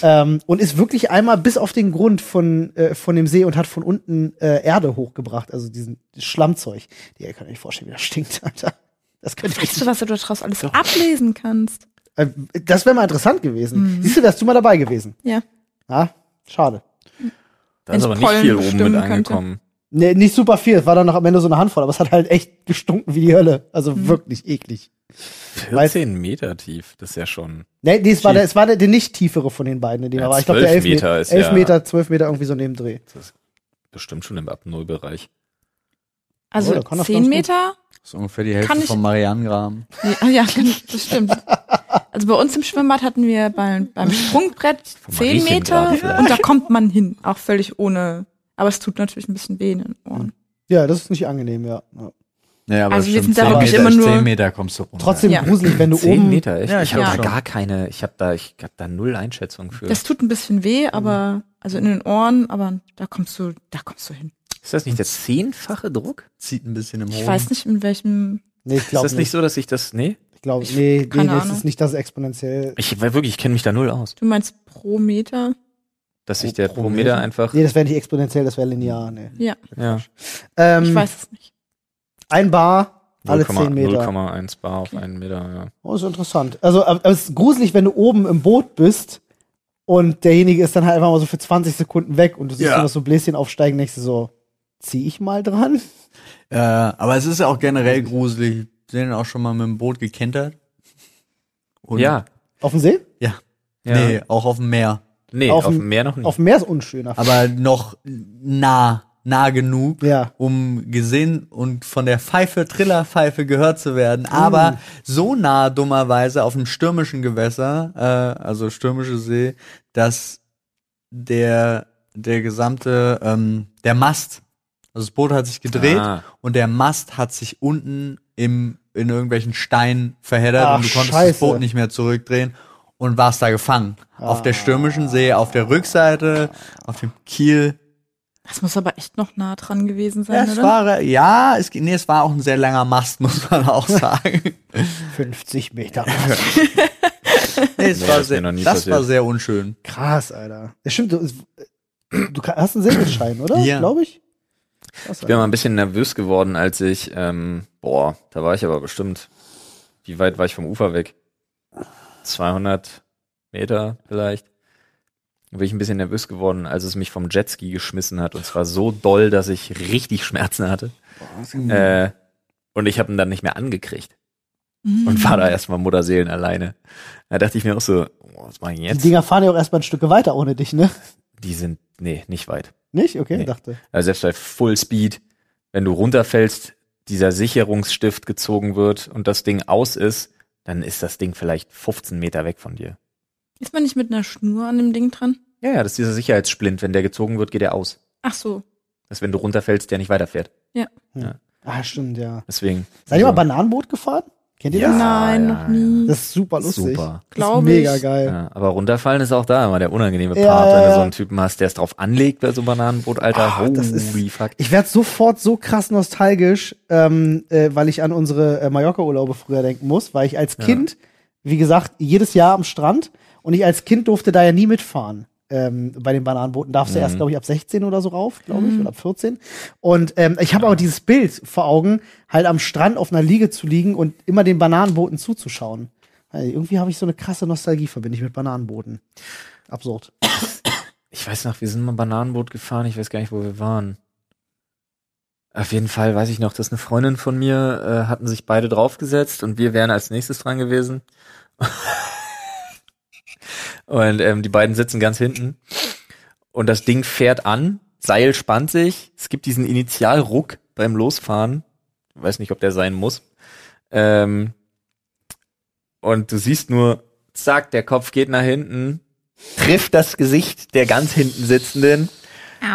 Ähm, und ist wirklich einmal bis auf den Grund von, äh, von dem See und hat von unten äh, Erde hochgebracht, also diesen Schlammzeug. Die ihr könnt euch vorstellen, wie das stinkt, Alter. Das könnte ich
Weißt du, was du daraus alles ablesen kannst?
äh, Das wäre mal interessant gewesen. Siehst du, wärst du mal dabei gewesen.
Ja.
Ja, schade.
Da ist
Wenn's
aber nicht
Pollen
viel oben
stimmen
mit
könnte.
angekommen.
Nee, nicht super viel, es war dann noch am Ende so eine Handvoll, aber es hat halt echt gestunken wie die Hölle. Also wirklich eklig.
14 Meter tief, das ist ja schon.
Nee, nee es, war der, es war der, der nicht tiefere von den beiden, in dem
Ja,
er war. Ich glaube, der
12
11
Meter
Meter,
ist
11
ja-
Meter, 12 Meter irgendwie so neben Dreh.
Bestimmt schon im ab null bereich
Also
Oh, da kann das ganz
zehn
gut.
Meter?
Das ist ungefähr die
Kann
Hälfte
ich-
vom Marianengraben.
Nee, ah, ja, kann- das stimmt. Also bei uns im Schwimmbad hatten wir beim, beim Sprungbrett zehn Meter
Mariechengrab vielleicht.
und da kommt man hin, auch völlig ohne. Aber es tut natürlich ein bisschen weh in den Ohren.
Ja, das ist nicht angenehm, ja. ja.
Ja, aber
Also wir
stimmt,
sind da
10
wirklich
Meter
immer
ist
nur-
10 Meter kommst du runter.
Trotzdem
Ja.
gruselig, wenn du
10
Also oben.
Meter, echt?
Ja, ich
ich habe
glaub
da
schon.
gar keine, ich habe da, ich hab da null Einschätzung für.
Das tut ein bisschen weh,
Mhm.
aber also in den Ohren, aber da kommst du, da kommst du hin.
ist das nicht der zehnfache Druck?
zieht ein bisschen im Hoden.
Ich weiß nicht, in welchem.
Nee, ich glaube
ist das
nicht.
nicht so, dass ich das, nee?
Ich glaube, nee, nee,
keine
nee, es
Ahnung.
ist nicht das exponentiell.
Ich, weil wirklich, ich kenne mich da null aus.
Du meinst pro Meter?
Dass
Pro-
sich der
pro
pro Meter
Meter?
einfach,
Nee, das wäre nicht exponentiell, das wäre linear, nee.
Ja,
ja,
Ähm,
ich weiß es nicht.
Ein Bar, alle
0,1
10 Meter.
0,1 Bar auf einen Meter, ja.
Oh, ist interessant. Also, aber aber es ist gruselig, wenn du oben im Boot bist und derjenige ist dann halt einfach mal so für 20 Sekunden weg und du siehst
Ja.
nur noch so Bläschen aufsteigen, denkst du so, zieh ich mal dran?
Äh, aber es ist ja auch generell gruselig. Sind auch schon mal mit dem Boot gekentert? Und-
Ja,
Auf dem See?
Ja.
ja.
Nee, auch auf dem Meer.
nee
auf
auf, dem
dem-
Meer
Hm.
noch nicht.
Auf dem Meer ist unschöner.
Aber noch nah, nah genug,
Ja.
um gesehen und von der Pfeife, Trillerpfeife gehört zu werden.
Uh.
Aber so nah dummerweise auf einem stürmischen Gewässer, äh, also stürmische See, dass der, der gesamte, ähm, der Mast, also das Boot hat sich gedreht
Ah.
und der Mast hat sich unten im, in irgendwelchen Steinen verheddert
Ach,
und du konntest das
scheiße. Ah.
Boot nicht mehr zurückdrehen und warst da gefangen. Auf der stürmischen See, auf der Rückseite, auf dem Kiel.
Das muss aber echt noch nah dran gewesen sein,
Es
oder?
war, ja, es, nee, es war auch ein sehr langer Mast, muss man auch sagen.
50 Meter.
Nee, es war
Nee, das ist mir
sehr,
noch nie
das
passiert.
war sehr unschön.
Krass, Alter. Das stimmt, du, du ka- hast einen Segelschein, oder?
Ja. Genau.
Glaube ich. Krass,
Ich bin
Alter.
mal ein bisschen nervös geworden, als ich, ähm, boah, da war ich aber bestimmt, wie weit war ich vom Ufer weg? 200 Meter vielleicht. Da bin ich ein bisschen nervös geworden, als es mich vom Jetski geschmissen hat. Und zwar so doll, dass ich richtig Schmerzen hatte.
Mhm.
Äh, und ich habe ihn dann nicht mehr angekriegt.
Mhm.
Und war da erstmal Mutterseelen alleine. Da dachte ich mir auch so, oh, was mach ich denn
Die
jetzt?
Dinger fahren ja auch erstmal ein Stück weiter ohne dich, ne?
Die sind, nee, nicht weit.
Nicht? Okay,
Nee.
dachte.
Also selbst bei Full Speed, wenn du runterfällst, dieser Sicherungsstift gezogen wird und das Ding aus ist, dann ist das Ding vielleicht 15 Meter weg von dir.
Ist man nicht mit einer Schnur an dem Ding dran?
Ja, ja, das ist dieser Sicherheitssplint. Wenn der gezogen wird, geht er aus.
Ach so.
Dass wenn du runterfällst, der nicht weiterfährt.
Ah, stimmt, ja.
Deswegen.
Seid ihr mal
so.
Bananenboot gefahren? Kennt ihr
Also- Ja,
Nein,
ja,
noch nie.
das? Das ist super lustig.
Super.
Das ist
Glaub
mega
ich.
geil.
Ja, aber runterfallen ist auch da immer der unangenehme
Ja,
Part, wenn
ja,
du
ja.
so einen Typen hast, der es drauf anlegt bei so einem Bananenboot, Alter.
Ah,
holy
das ist-
fuck.
Ich werde sofort so krass nostalgisch, ähm, äh, weil ich an unsere äh, Mallorca-Urlaube früher denken muss, weil ich als Kind, wie gesagt, jedes Jahr am Strand und ich als Kind durfte da ja nie mitfahren. ähm, bei den Bananenbooten darfst du
Mhm.
erst, glaube ich, ab 16 oder so rauf, glaube ich, oder ab 14. Und ähm, ich habe auch dieses Bild vor Augen, halt am Strand auf einer Liege zu liegen und immer den Bananenbooten zuzuschauen. Weil irgendwie habe ich so eine krasse Nostalgie, verbinde ich mit Bananenbooten. Absurd.
Ich weiß noch, wir sind mal Bananenboot gefahren, ich weiß gar nicht, wo wir waren. Auf jeden Fall weiß ich noch, dass eine Freundin von mir äh, hatten sich beide draufgesetzt und wir wären als nächstes dran gewesen. und ähm, die beiden sitzen ganz hinten und das Ding fährt an, Seil spannt sich, es gibt diesen Initialruck beim Losfahren. Ich weiß nicht, ob der sein muss. Ähm, und du siehst nur, zack, der Kopf geht nach hinten, trifft das Gesicht der ganz hinten sitzenden.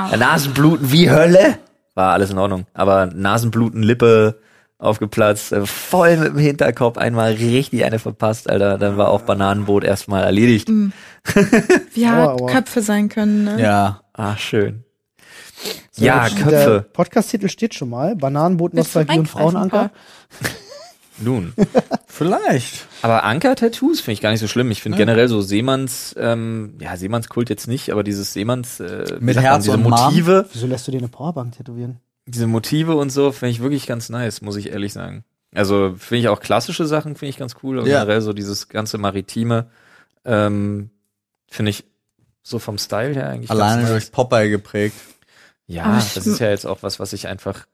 Nasenbluten wie Hölle. War alles in Ordnung. Aber Nasenbluten, Lippe aufgeplatzt, äh, voll mit dem Hinterkopf einmal richtig eine verpasst, Alter. Dann war auch Bananenboot erstmal erledigt.
Wie hart
Aua, aua.
Köpfe sein können, ne?
Ja.
Ah, schön. ja,
der- Der
Köpfe.
äh, Podcast-Titel steht schon mal. Bananenbooten,
Willst du
Nostalgie und
reingreifen,
Frauenanker.
Nun.
Vielleicht.
Aber Anker-Tattoos finde ich gar nicht so schlimm. Ich finde generell so Seemanns, ähm, ja, Seemannskult jetzt nicht, aber dieses Seemanns, äh, wie
Mit
sagt man,
Herz
diese
und Marm.
Motive,
Wieso lässt du dir eine Powerbank tätowieren?
diese Motive und so, finde ich wirklich ganz nice, muss ich ehrlich sagen. Also finde ich auch klassische Sachen, finde ich ganz cool. Aber
Ja.
generell so dieses ganze Maritime, ähm, finde ich so vom Style her eigentlich
Alleine
ganz
durch Popeye geprägt.
Ja,
Aber ich-
das ist ja jetzt auch was, was ich einfach.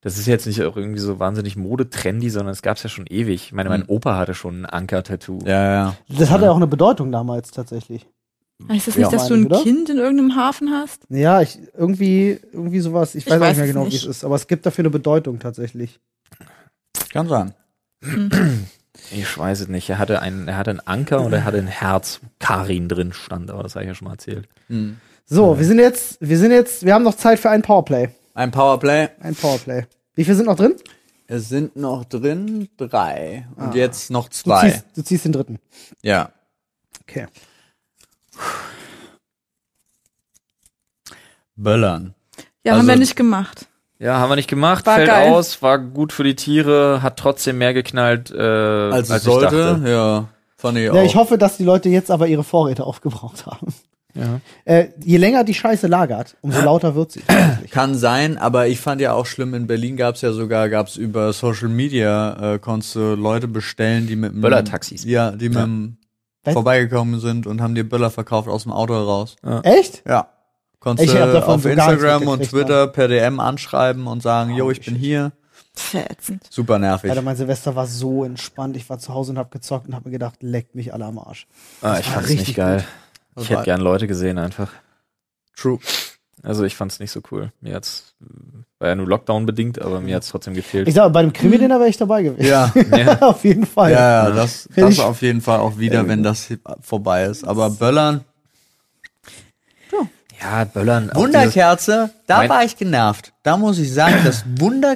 Das ist jetzt nicht auch irgendwie so wahnsinnig modetrendy, sondern es gab's ja schon ewig. Ich meine, mein
Mhm.
Opa hatte schon ein Anker-Tattoo.
Ja, ja.
Das hatte ja auch eine Bedeutung damals tatsächlich.
Heißt Ah, das nicht,
Ja.
dass du ein
Oder?
Kind in irgendeinem Hafen hast?
Ja, ich, irgendwie, irgendwie sowas. Ich weiß, auch
weiß
nicht mehr
es
genau, wie
nicht.
es ist, aber es gibt dafür eine Bedeutung tatsächlich.
Kann sein.
Ich weiß es nicht. Er hatte einen, er hatte einen Anker und er hatte ein Herz, wo Karin drin stand, aber das habe ich ja schon mal erzählt.
Mhm.
So, wir sind jetzt, wir sind jetzt, wir haben noch Zeit für ein Powerplay.
Ein Powerplay.
Ein Powerplay. Wie viel sind noch drin?
Es sind noch drin drei. Und
Ah.
jetzt noch
Du
zwei.
ziehst, du ziehst den dritten.
Ja.
Okay.
Böllern.
Ja, haben
Also-
wir nicht gemacht.
Ja, haben wir nicht gemacht,
War
fällt
geil.
aus, war gut für die Tiere, hat trotzdem mehr geknallt, äh, als,
Also
als ich
sollte,
dachte.
ja. Fand
Oh.
ich auch.
Ja, ich hoffe, dass die Leute jetzt aber ihre Vorräte aufgebraucht haben.
Ja.
Äh, je länger die Scheiße lagert, umso lauter wird sie. tatsächlich.
Kann sein, aber ich fand ja auch schlimm, in Berlin gab's ja sogar, gab's über Social Media, äh, konntest du Leute bestellen, die mit dem-
Böllertaxis.
Ja, die mit
Ja.
dem
Was?
vorbeigekommen sind und haben dir Böller verkauft aus dem Auto heraus.
Echt?
Ja. Konntest
Ich hab
du
davon
auf
so gar nichts
Instagram und
mitgekriegt, ne?
Twitter per DM anschreiben und sagen, jo, ich bin hier.
Das wär ätzend.
Super nervig.
Alter, mein Silvester war so entspannt. Ich war zu Hause und hab gezockt und hab mir gedacht, leckt mich alle am Arsch.
Ah, ich
war
fand's
richtig
nicht geil.
Das
Ich
war-
hätte gern Leute gesehen einfach.
True.
Also ich fand's nicht so cool. Mir hat's, war ja nur Lockdown bedingt, aber mir hat's trotzdem gefehlt.
Ich sag, bei einem Krimi, den wäre ich dabei gewesen.
Ja.
Ja.
Auf jeden Fall.
Ja, ja, das,
Wenn
das
ich-
auf jeden Fall auch wieder, wenn das hi- vorbei ist. Aber Böllern,
Ja, Böllern. auch dieses-
Wunderkerze, da
Mein-
war ich genervt. Da muss ich sagen, dass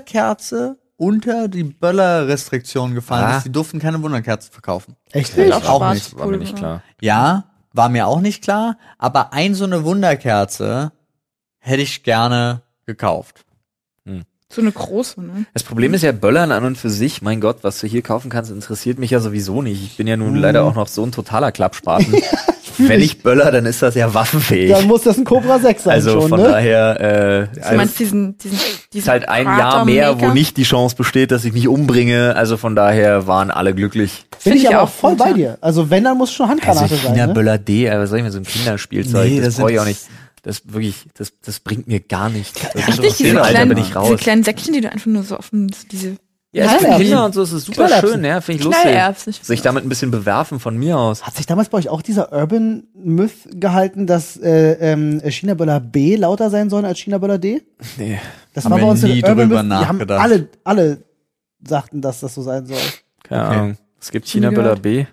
Wunderkerze unter die Böllerrestriktion gefallen
Ah.
ist. Die durften keine Wunderkerzen verkaufen.
Echt
Hätte
nicht?
auch
auch
Spaß
nicht,
War mir
cool
nicht klar.
gemacht.
Ja, war mir auch nicht klar, aber ein so eine Wunderkerze hätte ich gerne gekauft.
So eine große, ne?
Das Problem ist ja, Böllern an und für sich, mein Gott, was du hier kaufen kannst, interessiert mich ja sowieso nicht. Ich bin ja nun leider auch noch so ein totaler Klappspaten. Wenn ich Böller, dann ist das ja waffenfähig.
Dann muss das ein Cobra 6 sein
also
schon,
von
ne?
daher, äh,
Du
also
meinst diesen, diesen, diesen
ist halt ein Jahr mehr, wo
Kratermaker?
nicht die Chance besteht, dass ich mich umbringe. Also von daher waren alle glücklich.
Bin
Find
ich aber
auch
auch voll
gut,
bei
ja.
dir. Also wenn, dann muss schon Handgranate
also
sein. Ne?
Kinderböller D, aber was soll ich mit so einem Kinderspielzeug?
Nee, das
das brauche ich
sind-
auch nicht. Das wirklich, das, das bringt mir gar nichts. Das ist
Richtig,
doch
diese
Alter,
kleinen,
Also, bin ich
diese
raus.
kleinen Säckchen, die du einfach nur so offen, diese
Ja, es für
Knallerbsen.
Kinder und so ist es super
Knallerbsen.
schön, ja, finde ich lustig.
Knallerbsen. Ich
Sich damit ein bisschen bewerfen von mir aus.
Hat sich damals bei euch auch dieser Urban Myth gehalten, dass äh, ähm, China-Böller B lauter sein sollen als China-Böller D?
Nee.
Das
Haben
war bei
wir
uns
nie
ein Urban
drüber
Myth. Die haben
nachgedacht.
alle, alle sagten, dass das so sein soll.
Keine
Okay.
Ahnung. Es gibt
Nie
China Böller B.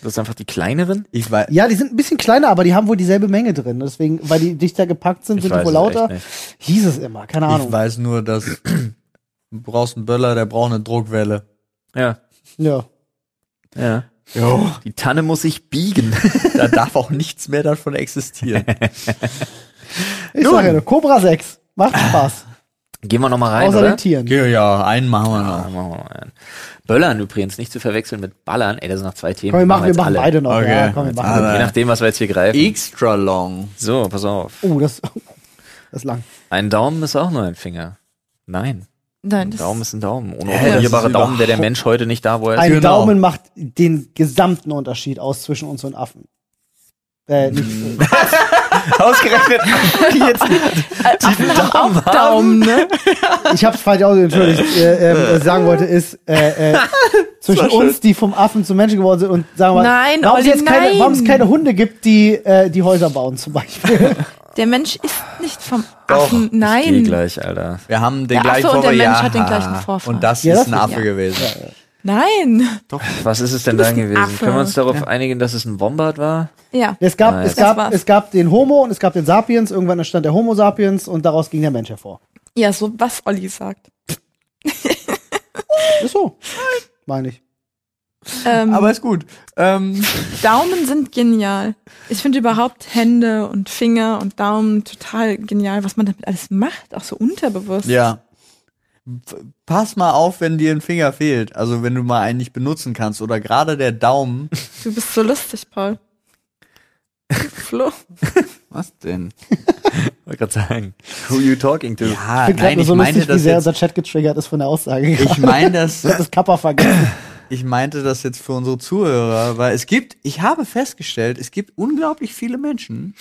Das ist einfach die kleineren.
Ich weiß,
Ja, die sind ein bisschen kleiner, aber die haben wohl dieselbe Menge drin. Deswegen, weil die dichter gepackt sind, sind die wohl
es echt
lauter.
nicht.
Hieß es immer, keine
ich
Ahnung.
weiß nur, dass du brauchst einen Böller, der braucht eine Druckwelle.
Ja.
Ja.
Ja.
Jo.
Die Tanne muss sich biegen.
Da darf auch nichts mehr davon existieren.
Ich sage ja, nur, Cobra 6. Macht Spaß.
Gehen wir nochmal rein,
Außer
oder?
den Tieren.
Ja, ja, einen machen wir
Ah,
noch.
machen wir mal einen. Böllern übrigens, nicht zu verwechseln mit Ballern. Ey, das sind noch zwei Themen.
Komm, wir machen, wir
jetzt
machen
alle.
beide noch.
Okay.
Ja, komm, wir machen.
Ah,
Je nachdem, was wir jetzt hier greifen.
Extra long.
So, pass auf.
Oh, das, das ist lang.
Ein Daumen ist auch nur ein Finger. Nein,
Nein,
ein
das
Daumen ist ein Daumen. Ohne
Hä, das
operierbare
ist
Daumen wäre der
überhaupt-
Mensch heute nicht da, wo er ist.
Ein
Genau.
Daumen macht den gesamten Unterschied aus zwischen uns und Affen. Äh, nicht,
Ausgerechnet. jetzt
Affen haben auch Daumen, ne?
ich hab's falsch aus, entschuldigt, äh, ähm, äh, sagen wollte, ist äh, äh, zwischen uns, die vom Affen zum Menschen geworden sind und sagen wir mal,
Nein,
warum, es
Olli,
jetzt keine,
nein.
warum es keine Hunde gibt, die äh, die Häuser bauen zum Beispiel.
Der Mensch ist nicht vom
Doch,
Affen.
Ich geh
Nein.
gleich, Alter.
Wir haben den
Der
gleichen
Affe und
Vorfall.
der Mensch
ja.
hat den gleichen Vorfall.
Und das
Ja,
ist
das
ein
ist-
Affe
ja.
gewesen.
Nein.
Was ist es denn
Du
dann
bist ein
gewesen?
Affe.
Können wir uns darauf einigen, dass es ein Bombard war?
Ja.
Es gab,
Nice.
es
Das
gab,
war's.
es gab den Homo und es gab den Sapiens. Irgendwann entstand der Homo Sapiens und daraus ging der Mensch hervor.
Ja, so was Olli sagt.
Ist so, meine ich.
Ähm,
Aber ist gut. Ähm,
Daumen sind genial. Ich finde überhaupt Hände und Finger und Daumen total genial, was man damit alles macht, auch so unterbewusst.
ja. P- Pass mal auf, wenn dir ein Finger fehlt. Also wenn du mal einen nicht benutzen kannst oder gerade der Daumen.
Du bist so lustig, Paul. Flo.
Was denn?
Wollte gerade sagen. Who you talking to?
Ja,
Ich
Ah,
bin gerade
nein,
nur
ich
so
meinte
lustig, wie
das
sehr
jetzt.
unser Chat getriggert ist von der Aussage.
Ich meine das.
das Kappa vergessen.
Ich meinte das jetzt für unsere Zuhörer, weil es gibt, ich habe festgestellt, es gibt unglaublich viele Menschen,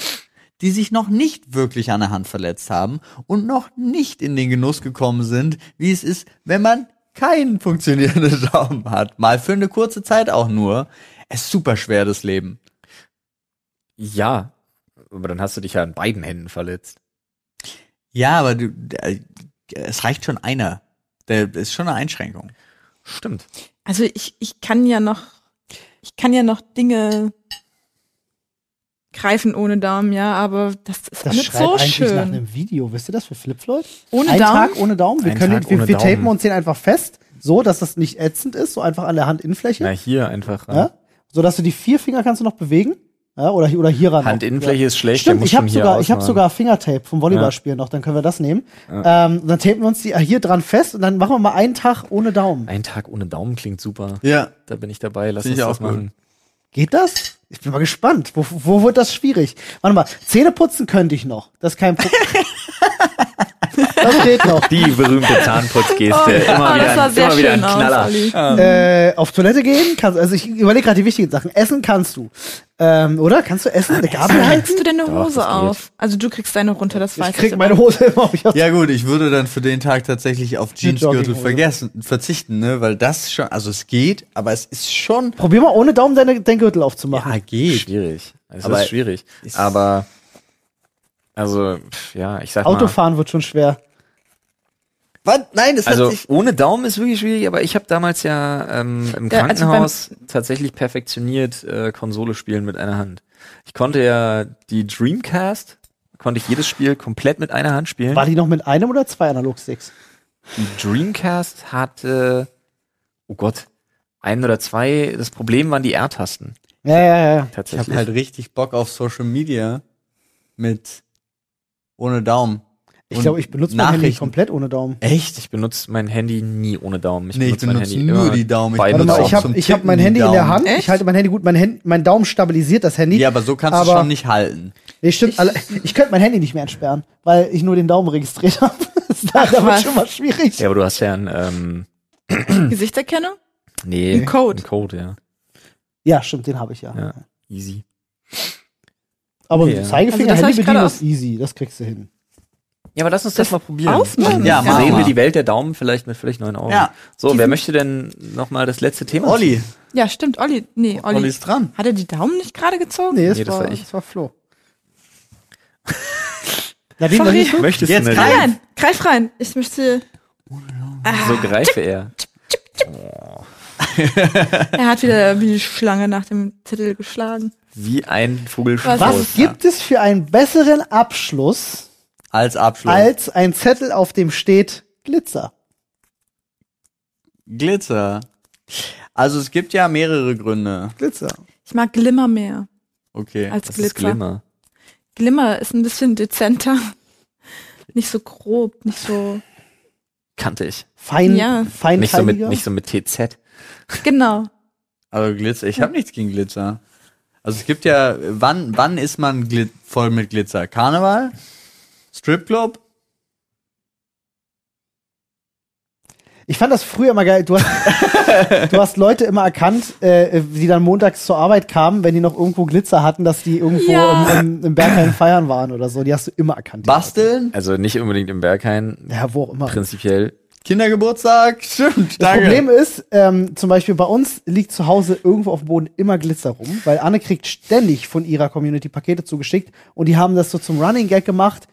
die sich noch nicht wirklich an der Hand verletzt haben und noch nicht in den Genuss gekommen sind, wie es ist, wenn man keinen funktionierenden Daumen hat. Mal für eine kurze Zeit auch nur. Es ist super schwer, das Leben.
Ja. Aber dann hast du dich ja an beiden Händen verletzt.
Ja, aber du, äh, es reicht schon einer. Der ist schon eine Einschränkung.
Stimmt.
Also ich, ich kann ja noch, ich kann ja noch Dinge greifen ohne Daumen, ja, aber das ist
Das
nicht
schreit
so
eigentlich nach
schön.
einem Video. Wisst ihr das für Flipfloid?
Ohne
Ein
Daumen?
Tag ohne Daumen. Wir,
Ein
können,
Tag
wir,
ohne
wir tapen
Daumen.
uns den einfach fest, so dass das nicht ätzend ist, so einfach an der Handinnenfläche.
Na, hier einfach. äh,
Ja? So dass du die vier Finger kannst du noch bewegen. Ja, oder, oder hier ran.
Handinnenfläche ist
Ja.
schlecht. der
Stimmt,
muss
ich habe
schon hier
sogar, ich hab
ausmachen.
sogar Fingertape vom Volleyballspiel noch, dann können wir das nehmen. Ähm, dann tapen wir uns die hier dran fest und dann machen wir mal einen Tag ohne Daumen.
Ein Tag ohne Daumen klingt super.
Ja.
Da bin ich dabei. Lass
Find
uns
ich
das
auch gut.
machen.
Geht das? Ich bin mal gespannt. Wo, wo wird das schwierig? Warte mal, Zähne putzen könnte ich noch. Das ist kein Problem. das geht noch.
Die berühmte Zahnputzgeste.
Oh,
immer wieder,
das sah
ein,
sehr
immer wieder ein
schön
Knaller.
aus, Olli.
Ähm.
Äh, auf Toilette gehen kannst Also ich überlege gerade die wichtigen Sachen. Essen kannst du. Ähm, oder? Kannst du essen? Eine Gabel halten?
Hältst du deine
Doch,
Hose
das geht.
auf? Also du kriegst deine runter, das weiß
Ich krieg
aber.
meine Hose immer auf. Ich hab's-
Ja gut, ich würde dann für den Tag tatsächlich auf Jeansgürtel
Jogginghose.
vergessen, verzichten, ne? Weil das schon, also es geht, aber es ist schon.
Probier mal ohne Daumen deine, deinen Gürtel aufzumachen.
Ah, geht.
Schwierig. Es
Aber-
ist schwierig.
Ist-
Aber, also, pf, ja, ich sag mal.
Autofahren wird schon schwer.
Was? Nein, das
Also
hat sich.
ohne Daumen ist wirklich schwierig, aber ich habe damals ja ähm, im
Ja, also
Krankenhaus tatsächlich perfektioniert äh, Konsole spielen mit einer Hand. Ich konnte ja die Dreamcast, konnte ich jedes Spiel komplett mit einer Hand spielen.
War die noch mit einem oder zwei Analogsticks?
Die Dreamcast hatte, oh Gott, ein oder zwei. Das Problem waren die R-Tasten
Ja, ja, ja, ja.
Ich habe
tatsächlich.
halt richtig Bock auf Social Media mit ohne Daumen.
Ich
Und
glaube, ich benutze mein Handy
Nachrichten.
komplett ohne Daumen.
Echt?
Ich benutze mein Handy nie ohne Daumen.
Nee, ich
mein
benutze
Handy
nur
immer
die Daumen. Ich
beide
Warte
benutze
mal,
Daumen.
auch
ich habe
zum
ich hab
Tippen
mein
die
Handy in der
Daumen.
Hand. Ich
Echt?
halte mein Handy gut. Mein, Hand, mein Daumen stabilisiert das Handy.
Ja, aber so kannst du
Aber-
schon nicht halten.
Nee, stimmt. Ich, alle, ich könnte mein Handy nicht mehr entsperren, weil ich nur den Daumen registriert habe. Das ist
Ach,
damit
was.
schon mal schwierig.
Ja, aber du hast ja ein, ähm,
Gesichtserkennung?
nee,
Ein Code.
Ein Code, ja.
Ja, stimmt, den habe ich ja.
Ja. Easy.
Aber
Okay,
mit
ja.
dem Zeigefinger
Also das hab ich
Handy bedienen
gerade
ist easy, das kriegst du hin.
Ja, aber lass uns das,
Das
mal probieren.
ausmachen.
Ja,
Dann sehen
mach
wir
mal.
die Welt der Daumen vielleicht mit vielleicht neuen Augen.
Ja.
So,
Die
wer
sind-
möchte denn nochmal das letzte Thema?
Olli,
Ja, stimmt, Olli. Nee, Olli.
Olli ist dran.
Hat er die Daumen nicht gerade gezogen?
Nee, das,
Nee, das
war,
war ich.
das war Flo. Nadine,
Sorry.
Nadine,
Möchtest
Jetzt
du
Nein,
denn?
nein, greif rein. Ich möchte. Ah,
So greife er.
Er hat wieder wie die Schlange nach dem Titel geschlagen.
Wie ein Vogel
Was?
was
Ja.
gibt es für einen besseren Abschluss
Als Abschluss.
als ein Zettel, auf dem steht Glitzer?
Glitzer. Also es gibt ja mehrere Gründe.
Glitzer.
Ich mag Glimmer mehr
Okay.
als
Das ist
Glitzer.
Glimmer.
Glimmer ist ein bisschen dezenter. Nicht so grob, nicht so
kannte ich.
Fein,
Ja.
Nicht so, mit,
feinteiliger.
nicht so mit TZ.
Genau.
Also Glitzer, ich habe nichts gegen Glitzer. Also es gibt ja, wann, wann ist man glit voll mit Glitzer? Karneval? Stripclub?
Ich fand das früher immer geil. Du hast, du hast Leute immer erkannt, äh, die dann montags zur Arbeit kamen, wenn die noch irgendwo Glitzer hatten, dass die irgendwo
Ja.
im, im, im Bergheim feiern waren oder so. Die hast du immer erkannt. die
Basteln?
Also nicht unbedingt im Berghain,
Leute. Ja, wo auch immer.
prinzipiell.
Kindergeburtstag? Stimmt,
Das
danke.
Problem ist, ähm, zum Beispiel bei uns liegt zu Hause irgendwo auf dem Boden immer Glitzer rum, weil Anne kriegt ständig von ihrer Community Pakete zugeschickt und die haben das so zum Running Gag gemacht,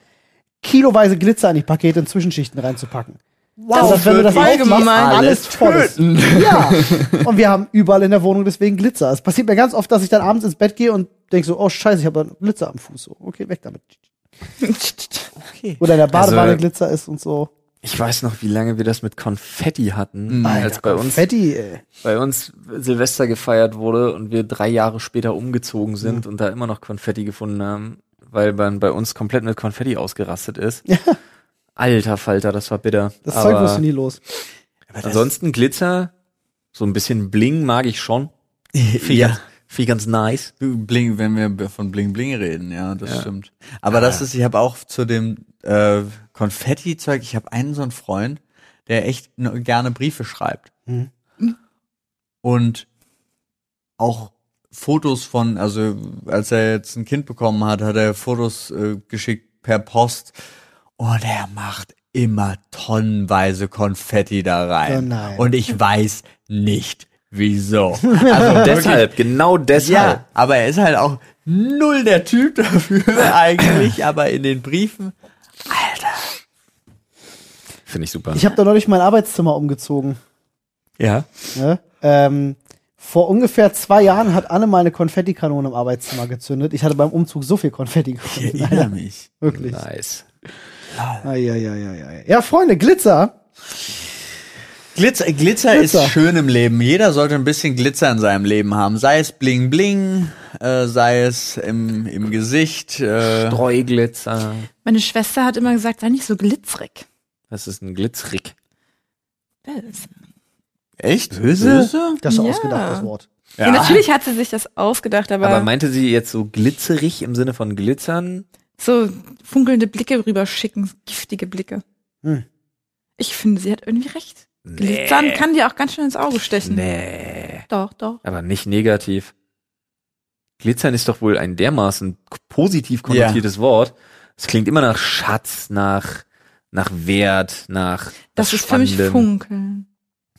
kiloweise Glitzer in die Pakete in Zwischenschichten reinzupacken.
wow,
das, wenn du das
wird
aufmachst,
allgemein
alles voll ist.
töten.
Ja. Und wir haben überall in der Wohnung deswegen Glitzer. Es passiert mir ganz oft, dass ich dann abends ins Bett gehe und denke so, oh scheiße, ich habe einen Glitzer am Fuß. So, okay, weg damit. Oder in der Badewanne
Also-
Glitzer ist und so.
Ich weiß noch, wie lange wir das mit Konfetti hatten,
Mhm.
als bei uns,
Fetti, ey.
bei uns Silvester gefeiert wurde und wir drei Jahre später umgezogen
Mhm.
sind und da immer noch Konfetti gefunden haben, weil man bei uns komplett mit Konfetti ausgerastet ist.
Ja.
Alter Falter, das war bitter.
Das
Aber
Zeug wusste nie los.
ansonsten Glitzer, so ein bisschen Bling mag ich schon.
Ja.
Viel ganz nice.
Bling, wenn wir von Bling Bling reden, ja, das
Ja.
stimmt. Aber das
Ah.
ist, ich habe auch zu dem äh, Konfetti-Zeug, ich habe einen so einen Freund, der echt n- gerne Briefe schreibt.
Mhm.
Und auch Fotos von, also als er jetzt ein Kind bekommen hat, hat er Fotos äh, geschickt per Post und er macht immer tonnenweise Konfetti da rein.
Oh nein.
Und ich weiß nicht, wieso. Also
Deshalb, genau deshalb.
ja, aber er ist halt auch null der Typ dafür eigentlich, aber in den Briefen.
Finde ich super.
Ich habe da neulich mein Arbeitszimmer umgezogen.
ja.
Ne? Ähm, vor ungefähr zwei Jahren hat Anne mal eine Konfettikanone im Arbeitszimmer gezündet. Ich hatte beim Umzug so viel Konfetti
Ich
gefunden.
erinnere mich.
Wirklich.
Nice.
Eieieiei. Ja, Freunde, Glitzer.
Glitzer, Glitzer,
Glitzer.
ist schön im Leben. Jeder sollte ein bisschen Glitzer in seinem Leben haben. Sei es Bling Bling, äh, sei es im, im Gesicht. Äh,
Streuglitzer.
Meine Schwester hat immer gesagt, sei nicht so glitzerig.
Das ist ein Glitzerig.
Böse.
echt? Böse? Böse?
Das ist
Ja.
ausgedacht, das Wort.
Ja. natürlich hat sie sich das ausgedacht, aber,
Aber meinte sie jetzt so glitzerig im Sinne von glitzern?
so funkelnde Blicke rüberschicken, giftige Blicke.
Hm.
Ich finde, sie hat irgendwie recht. Glitzern kann dir auch ganz schön ins Auge stechen.
Nee.
Doch, doch.
Aber nicht negativ. Glitzern ist doch wohl ein dermaßen k- positiv konnotiertes Wort. Es klingt immer nach Schatz, nach, nach Wert, nach.
Das,
was
ist für mich
Spannendem.
Funkeln.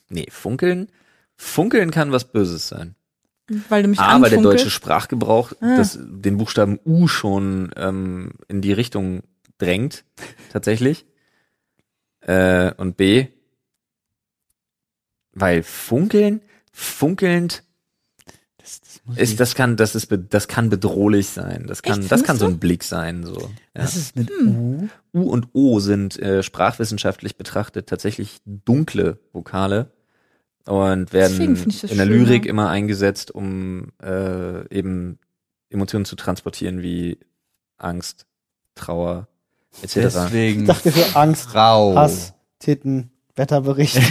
Nee, funkeln. Funkeln kann was Böses sein.
Weil du mich
Aber der deutsche
anfunkelst.
Sprachgebrauch
Ah.
das, den Buchstaben U schon ähm, in die Richtung drängt, tatsächlich. Äh, und B, weil funkeln, funkelnd ist, das kann, das ist, be- das kann bedrohlich sein. Das kann,
Echt,
das
findest
kann so
du?
ein Blick sein, so. Ja.
Was ist mit
Hm.
U?
U und O sind äh, sprachwissenschaftlich betrachtet tatsächlich dunkle Vokale und werden
Deswegen finde ich das
in der
schöner.
Lyrik immer eingesetzt, um äh, eben Emotionen zu transportieren wie Angst, Trauer etc.
Ich
Deswegen
dachte für Angst,
Frau.
Hass, Titten, Wetterbericht.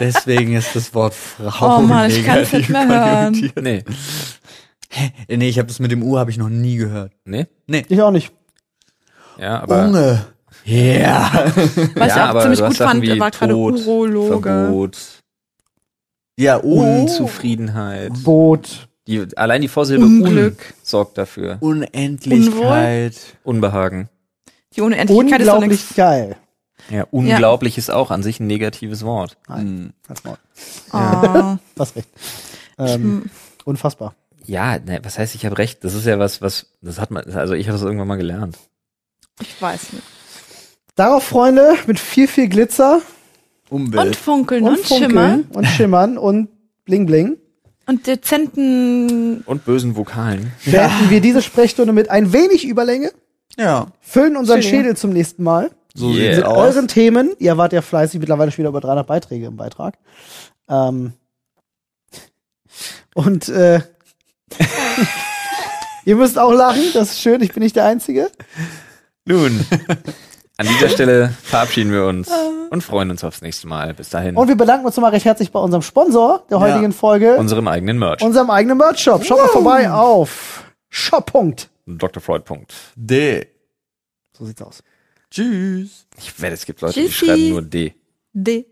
Deswegen ist das Wort Frau
Oh Mann, ich kann's
negativ
nicht mehr hören.
konjunktiv.
Nee,
Nee, ich habe das mit dem U habe ich noch nie gehört.
nee,
ich auch nicht.
ja, aber
Unge. Ja.
Was
ja,
ich auch
aber
ziemlich
du
gut
hast Sachen
fand,
wie
war gerade
Tod,
Urologe. Oh.
Verbot,
Ja, U.
Unzufriedenheit.
Boot.
Die, allein die Vorsilbe
Unglück.
un sorgt dafür.
Unendlichkeit.
Unbehagen.
Die ohne Endlichkeit ist doch nichts.
Unglaublich geil.
Ja, unglaublich ist auch an sich ein negatives Wort.
Hm.
Halt's Maul.
Oh.
Was recht. Ähm, unfassbar.
Ja, ne, was heißt, ich habe recht? Das ist ja was, was, das hat man, also ich habe das irgendwann mal gelernt.
Ich weiß nicht.
Darauf, Freunde, mit viel, viel Glitzer
Und
Umwelt.
funkeln
und,
und,
Funkeln
schimmern
und Schimmern und Bling Bling,
und dezenten
Und bösen Vokalen.
beenden wir diese Sprechstunde mit ein wenig Überlänge,
ja.
füllen unseren
Entschuldigung.
Schädel zum nächsten Mal
So
Yeah.
sieht's
Mit
aus.
euren Themen. Ihr wart ja fleißig, mittlerweile schon wieder über 300 Beiträge im Beitrag. Ähm, und äh, ihr müsst auch lachen, das ist schön, ich bin nicht der Einzige.
Nun, An dieser Stelle verabschieden wir uns und freuen uns aufs nächste Mal. Bis dahin,
Und wir bedanken uns nochmal recht herzlich bei unserem Sponsor der
Ja.
heutigen Folge,
unserem eigenen Merch.
unserem eigenen Merch-Shop. Schaut mal vorbei auf shop.
Dr. Freud. Punkt.
D.
So sieht's aus.
Tschüss.
Ich wette, es gibt Leute, die
Tschüssi.
schreiben nur D.
D.